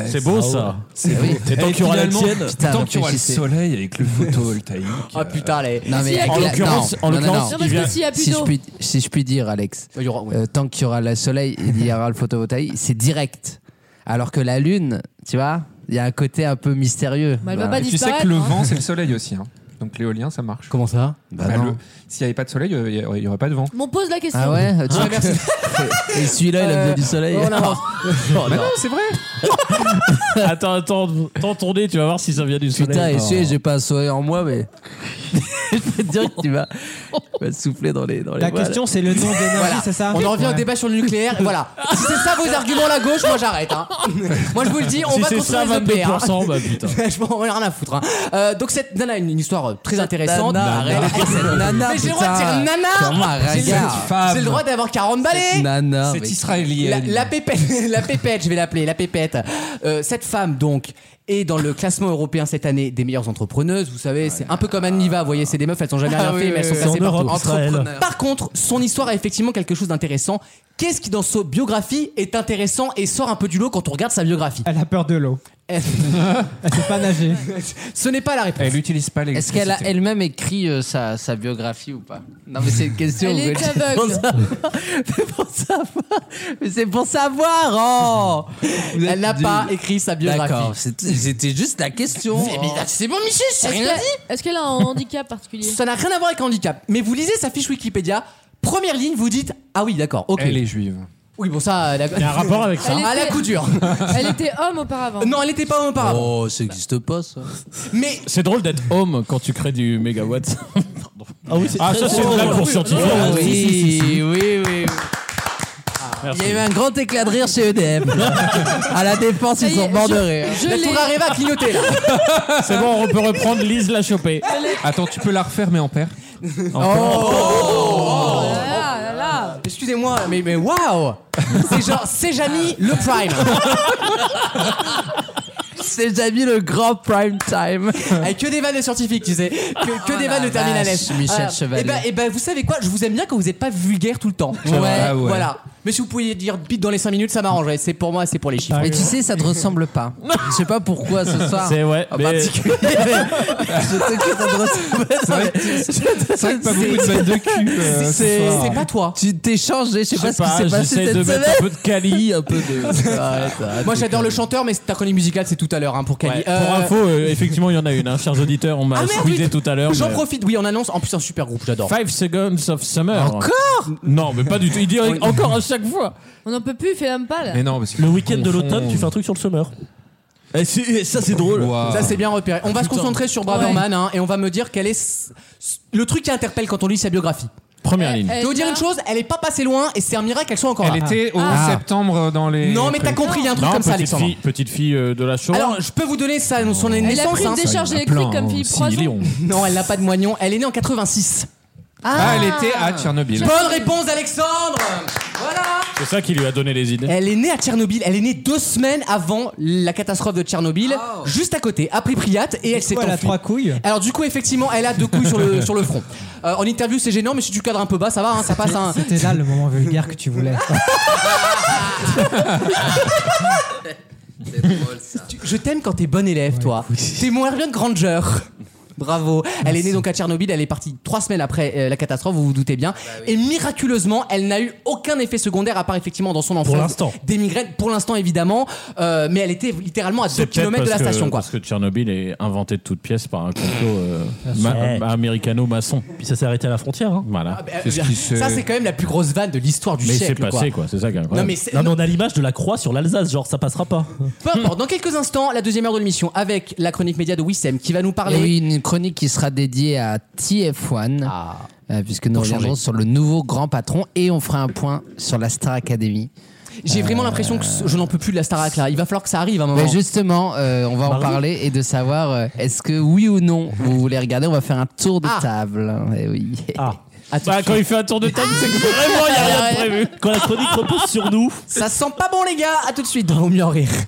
[SPEAKER 4] C'est beau, ça.
[SPEAKER 6] Eh oui.
[SPEAKER 4] Et tant qu'il y aura la
[SPEAKER 8] finalement,
[SPEAKER 4] tienne,
[SPEAKER 6] Putain,
[SPEAKER 8] Tant qu'il y aura le
[SPEAKER 6] réfléchissez.
[SPEAKER 8] soleil avec (laughs) le photovoltaïque.
[SPEAKER 2] Ah putain, les.
[SPEAKER 6] Non mais
[SPEAKER 3] Si,
[SPEAKER 6] avec
[SPEAKER 3] en
[SPEAKER 6] la-
[SPEAKER 4] l'occurrence-
[SPEAKER 6] non,
[SPEAKER 4] en
[SPEAKER 6] non, non,
[SPEAKER 4] l'occurrence,
[SPEAKER 3] Non
[SPEAKER 6] non.
[SPEAKER 3] parce
[SPEAKER 4] Il vient-
[SPEAKER 3] que s'il y a plus
[SPEAKER 6] Si je
[SPEAKER 3] d'eau.
[SPEAKER 6] puis, si je puis dire, Alex,
[SPEAKER 2] Il y aura- ouais.
[SPEAKER 6] euh, tant qu'il y aura le soleil, il y aura le photovoltaïque, c'est direct. Alors que la lune, tu vois, il y a un côté un peu mystérieux.
[SPEAKER 3] Bah, elle va pas
[SPEAKER 8] Et tu sais que
[SPEAKER 3] disparaître.
[SPEAKER 8] le
[SPEAKER 3] hein.
[SPEAKER 8] vent, c'est le soleil aussi. hein. Donc l'éolien, ça marche.
[SPEAKER 2] Comment ça
[SPEAKER 6] Bah,
[SPEAKER 8] Bah,
[SPEAKER 6] non.
[SPEAKER 8] le- S'il n'y avait pas de soleil, euh, il n'y aurait, il y aurait pas de vent.
[SPEAKER 3] M'on pose la question.
[SPEAKER 6] Ah ouais, tu vois, Oh
[SPEAKER 2] merci.
[SPEAKER 6] (laughs) et celui-là, il a besoin du soleil.
[SPEAKER 2] on avance.
[SPEAKER 8] Bah non, c'est vrai.
[SPEAKER 4] attends, attends, attends ton nez, tu vas voir si ça vient du soleil.
[SPEAKER 6] (laughs) Putain, et
[SPEAKER 4] Non.
[SPEAKER 6] celui j'ai pas un soleil en moi, mais (laughs) je peux te dire que tu vas, tu vas souffler dans les dans les
[SPEAKER 5] La
[SPEAKER 6] voiles.
[SPEAKER 5] question, c'est le nom d'énergie,
[SPEAKER 2] Voilà.
[SPEAKER 5] c'est ça
[SPEAKER 2] On en revient au
[SPEAKER 5] Ouais.
[SPEAKER 2] débat sur le nucléaire. et Voilà. Si c'est ça vos arguments la gauche, moi j'arrête. (laughs) hein. Moi je vous le dis, on
[SPEAKER 4] Si
[SPEAKER 2] va
[SPEAKER 4] c'est
[SPEAKER 2] construire
[SPEAKER 4] ça,
[SPEAKER 2] les EPR. (laughs) hein.
[SPEAKER 4] 22%, bah putain.
[SPEAKER 2] Franchement, on en a rien à foutre. hein. Euh, donc cette nana a une, une histoire euh, très intéressante.
[SPEAKER 6] Nana,
[SPEAKER 2] Elle-
[SPEAKER 6] arrête de dire cette nana,
[SPEAKER 2] Mais j'ai le droit de
[SPEAKER 6] putain.
[SPEAKER 2] dire
[SPEAKER 6] Comment un
[SPEAKER 2] nana. J'ai eh, le-
[SPEAKER 6] regard.
[SPEAKER 2] J'ai le droit d'avoir 40 balais.
[SPEAKER 6] Nana,
[SPEAKER 8] C'est
[SPEAKER 6] mais-
[SPEAKER 2] La,
[SPEAKER 8] israélien.
[SPEAKER 2] (laughs) la pépette, la pépette, je vais l'appeler la pépette. Euh, cette femme donc est dans le classement européen cette année des meilleures entrepreneuses. Vous savez, c'est un peu comme Anne Niva, vous voyez, c'est des meufs, elles n'ont jamais rien
[SPEAKER 6] Ah oui,
[SPEAKER 2] fait, mais elles sont classées
[SPEAKER 6] oui, oui. C'est en
[SPEAKER 2] partout.
[SPEAKER 6] Europe, ça, elle.
[SPEAKER 2] Entrepreneurs. Par contre, son histoire a effectivement quelque chose d'intéressant. Qu'est-ce qui dans sa biographie est intéressant et sort un peu du lot quand on regarde sa
[SPEAKER 6] (laughs)
[SPEAKER 2] biographie Elle a peur de l'eau. Elle ne sait pas nager. Ce n'est pas la réponse.
[SPEAKER 8] Elle n'utilise pas les.
[SPEAKER 6] Est-ce qu'elle a elle-même écrit euh, sa, sa biographie ou pas Non, mais c'est une question.
[SPEAKER 2] Elle est
[SPEAKER 6] Gauthier. (laughs)
[SPEAKER 2] aveugle.
[SPEAKER 6] C'est pour savoir- c'est pour savoir. Mais c'est pour savoir. Oh
[SPEAKER 2] Elle n'a pas écrit sa biographie.
[SPEAKER 6] D'accord. c'était- C'était juste la question.
[SPEAKER 2] Mais- mais là, c'est bon, Michel, j'ai
[SPEAKER 3] Est-ce
[SPEAKER 2] rien
[SPEAKER 3] qu'elle-
[SPEAKER 2] dit.
[SPEAKER 3] Est-ce qu'elle a un handicap particulier
[SPEAKER 2] (laughs) Ça n'a rien à voir avec un handicap. Mais vous lisez sa fiche Wikipédia, première ligne, vous dites Ah oui, d'accord, ok.
[SPEAKER 8] Elle est juive.
[SPEAKER 2] Oui, bon, ça. Elle a...
[SPEAKER 8] Il y a un rapport avec
[SPEAKER 3] ça. Elle
[SPEAKER 2] À la
[SPEAKER 3] était-
[SPEAKER 2] (laughs) couture.
[SPEAKER 3] Elle était homme auparavant.
[SPEAKER 2] Non, elle n'était pas homme auparavant.
[SPEAKER 6] Oh, ça n'existe pas ça.
[SPEAKER 2] Mais
[SPEAKER 4] C'est drôle d'être homme quand tu crées du mégawatt.
[SPEAKER 7] Ah oui,
[SPEAKER 4] Ah, ça, c'est une blague pour scientifique.
[SPEAKER 6] Ah
[SPEAKER 4] Si, si, si,
[SPEAKER 6] oui,
[SPEAKER 4] si.
[SPEAKER 6] oui, oui, oui. Ah, Il y a eu un grand éclat de rire chez EDF. à la défense,
[SPEAKER 3] Ça
[SPEAKER 6] ils
[SPEAKER 3] y est,
[SPEAKER 6] sont morts de
[SPEAKER 3] je-
[SPEAKER 6] rire.
[SPEAKER 3] je La l'ai. tour arrive
[SPEAKER 2] à clignoter, là.
[SPEAKER 4] C'est bon, on peut reprendre Lise l'a chopé.
[SPEAKER 6] Ah.
[SPEAKER 8] Attends, tu peux la refaire, mais en paire.
[SPEAKER 3] Ah
[SPEAKER 2] Excusez-moi, mais, mais waouh (laughs) C'est genre, c'est Jamy le
[SPEAKER 6] (laughs)
[SPEAKER 2] prime.
[SPEAKER 6] C'est Jamy le grand prime time.
[SPEAKER 2] (laughs)
[SPEAKER 6] Oh
[SPEAKER 2] Avec que des vannes de scientifiques, tu sais. Que, que des
[SPEAKER 6] la
[SPEAKER 2] vannes de terminal
[SPEAKER 6] vache,
[SPEAKER 2] F.
[SPEAKER 6] Michel Chevalier.
[SPEAKER 2] Et ben, et ben, vous savez quoi Je vous aime bien quand vous n'êtes pas vulgaire tout le temps.
[SPEAKER 6] Ouais, ouais.
[SPEAKER 2] Voilà. Mais si vous pouviez dire bite dans les 5 minutes, ça m'arrangerait. C'est pour moi, c'est pour les chiffres.
[SPEAKER 6] Mais tu sais, ça te ressemble pas. Je sais pas pourquoi ce soir.
[SPEAKER 2] (laughs) C'est- ouais,
[SPEAKER 6] En
[SPEAKER 2] mais-
[SPEAKER 6] particulier. mais je sais que ça te ressemble pas.
[SPEAKER 2] C'est vrai
[SPEAKER 6] C'est
[SPEAKER 2] vrai que pas beaucoup de vannes de cul, (laughs) euh, ce soir. C'est pas toi.
[SPEAKER 6] Tu t'es changé. Je sais pas ce qui s'est passé
[SPEAKER 4] j'essaie
[SPEAKER 6] cette
[SPEAKER 4] de
[SPEAKER 6] semaine.
[SPEAKER 4] mettre un peu de Cali, un peu
[SPEAKER 2] (laughs)
[SPEAKER 4] de.
[SPEAKER 2] Moi j'adore le chanteur, mais ta chronique musicale c'est tout à l'heure hein, pour Cali.
[SPEAKER 4] Ouais, Pour info, euh, effectivement, il y en a une, hein, chers auditeurs, on m'a
[SPEAKER 2] Ah, merde,
[SPEAKER 4] squeezé
[SPEAKER 2] oui.
[SPEAKER 4] tout à l'heure.
[SPEAKER 2] J'en
[SPEAKER 4] mais-
[SPEAKER 2] profite, oui, on annonce en plus un super groupe, j'adore.
[SPEAKER 4] Five Seconds of Summer.
[SPEAKER 2] Encore
[SPEAKER 4] Non, mais pas du tout. Il dit encore à chaque fois.
[SPEAKER 3] On n'en peut plus, il fait même pas là.
[SPEAKER 4] le
[SPEAKER 7] week-end de l'automne, tu fais un truc sur le summer.
[SPEAKER 4] Eh,
[SPEAKER 7] Et, c'est- et ça, c'est drôle.
[SPEAKER 4] Ah.
[SPEAKER 2] Ça c'est bien repéré. On va se
[SPEAKER 7] Putain.
[SPEAKER 2] concentrer sur Braverman hein, et on va me dire quel est s- s- le truc qui interpelle quand on lit sa biographie.
[SPEAKER 4] Première
[SPEAKER 2] Je
[SPEAKER 4] ligne.
[SPEAKER 2] vais vous dire une chose, elle est pas passée loin et c'est un miracle qu'elle soit encore
[SPEAKER 8] Elle
[SPEAKER 2] là.
[SPEAKER 8] était au
[SPEAKER 2] Ah.
[SPEAKER 8] septembre dans les.
[SPEAKER 2] Non, mais t'as compris, il y a un truc
[SPEAKER 4] Non,
[SPEAKER 2] eh, comme ça,
[SPEAKER 4] petite
[SPEAKER 2] Alexandre.
[SPEAKER 4] fille, petite fille euh, de la Show.
[SPEAKER 2] Alors, je peux vous donner sa, son
[SPEAKER 3] Elle a
[SPEAKER 2] naissance.
[SPEAKER 3] pris une
[SPEAKER 2] hein.
[SPEAKER 3] décharge électrique comme Philippe Croison.
[SPEAKER 2] Non, elle n'a pas de moignon. Elle est née en 86.
[SPEAKER 8] Ah, elle était à Tchernobyl.
[SPEAKER 2] Bonne réponse, Alexandre
[SPEAKER 4] C'est ça qui lui a donné les idées.
[SPEAKER 2] Elle est née à Tchernobyl. Elle est née deux semaines avant la catastrophe de Tchernobyl, juste à côté, après Pripyat, et elle s'est
[SPEAKER 5] quoi, elle a
[SPEAKER 2] enfuie.
[SPEAKER 5] trois couilles
[SPEAKER 2] Alors du coup, effectivement, elle a deux couilles sur (laughs) le, sur le front. Euh, en interview, c'est gênant, mais si tu cadres un peu bas, ça va, hein, ça passe. Hein.
[SPEAKER 5] C'était là le moment vulgaire que tu voulais.
[SPEAKER 2] (laughs) Tu- Je t'aime quand t'es bon élève, toi. T'es mon Hermione Granger. Bravo. Elle est née donc à Tchernobyl, elle est partie trois semaines après euh, la catastrophe, vous vous doutez bien. Et miraculeusement, elle n'a eu aucun effet secondaire, à part effectivement dans son enfance.
[SPEAKER 7] l'instant.
[SPEAKER 2] Des migraines, pour l'instant évidemment. Euh, mais elle était littéralement à 2
[SPEAKER 4] peut-être
[SPEAKER 2] km de la
[SPEAKER 4] parce que-
[SPEAKER 2] station, quoi.
[SPEAKER 4] Parce que Tchernobyl est inventé de toutes pièces par un complot euh,
[SPEAKER 7] Bien sûr.
[SPEAKER 4] ma- américano-maçon.
[SPEAKER 7] Ah, Puis ça s'est arrêté à la frontière. hein.
[SPEAKER 4] Voilà.
[SPEAKER 2] Ça, c'est quand même la plus grosse vanne de l'histoire Ah, bah, du
[SPEAKER 4] Mais c'est
[SPEAKER 2] siècle.
[SPEAKER 4] passé, quoi.
[SPEAKER 2] quoi.
[SPEAKER 4] C'est ça qui est
[SPEAKER 2] Non,
[SPEAKER 4] incroyable.
[SPEAKER 2] mais c'est-
[SPEAKER 7] Non, mais on a l'image de la croix sur l'Alsace, genre ça passera pas.
[SPEAKER 2] Peu importe, dans quelques instants, la deuxième heure de l'émission avec la chronique média de Wissem qui va nous parler.
[SPEAKER 6] Et Eh oui, une chronique qui sera dédiée à TF1,
[SPEAKER 2] Ah.
[SPEAKER 6] euh, puisque nous
[SPEAKER 2] Pour changer.
[SPEAKER 6] reviendrons sur le nouveau grand patron et on fera un point sur la Star Academy.
[SPEAKER 2] J'ai vraiment l'impression que ce- je n'en peux plus de la Starac là. Il va falloir que ça arrive à un moment.
[SPEAKER 6] Mais justement, euh, on va en
[SPEAKER 2] Mardi.
[SPEAKER 6] parler et de savoir euh, est-ce que oui ou non vous voulez regarder. On va faire un tour de
[SPEAKER 2] Ah.
[SPEAKER 6] table. Eh oui.
[SPEAKER 4] Bah, quand il fait un tour de table, c'est que
[SPEAKER 2] Ah,
[SPEAKER 4] vraiment, il n'y Eh, a rien de prévu.
[SPEAKER 7] Quand la chronique repose sur nous.
[SPEAKER 2] Ça sent pas bon les gars, à tout de suite dans Vaut mieux en rire.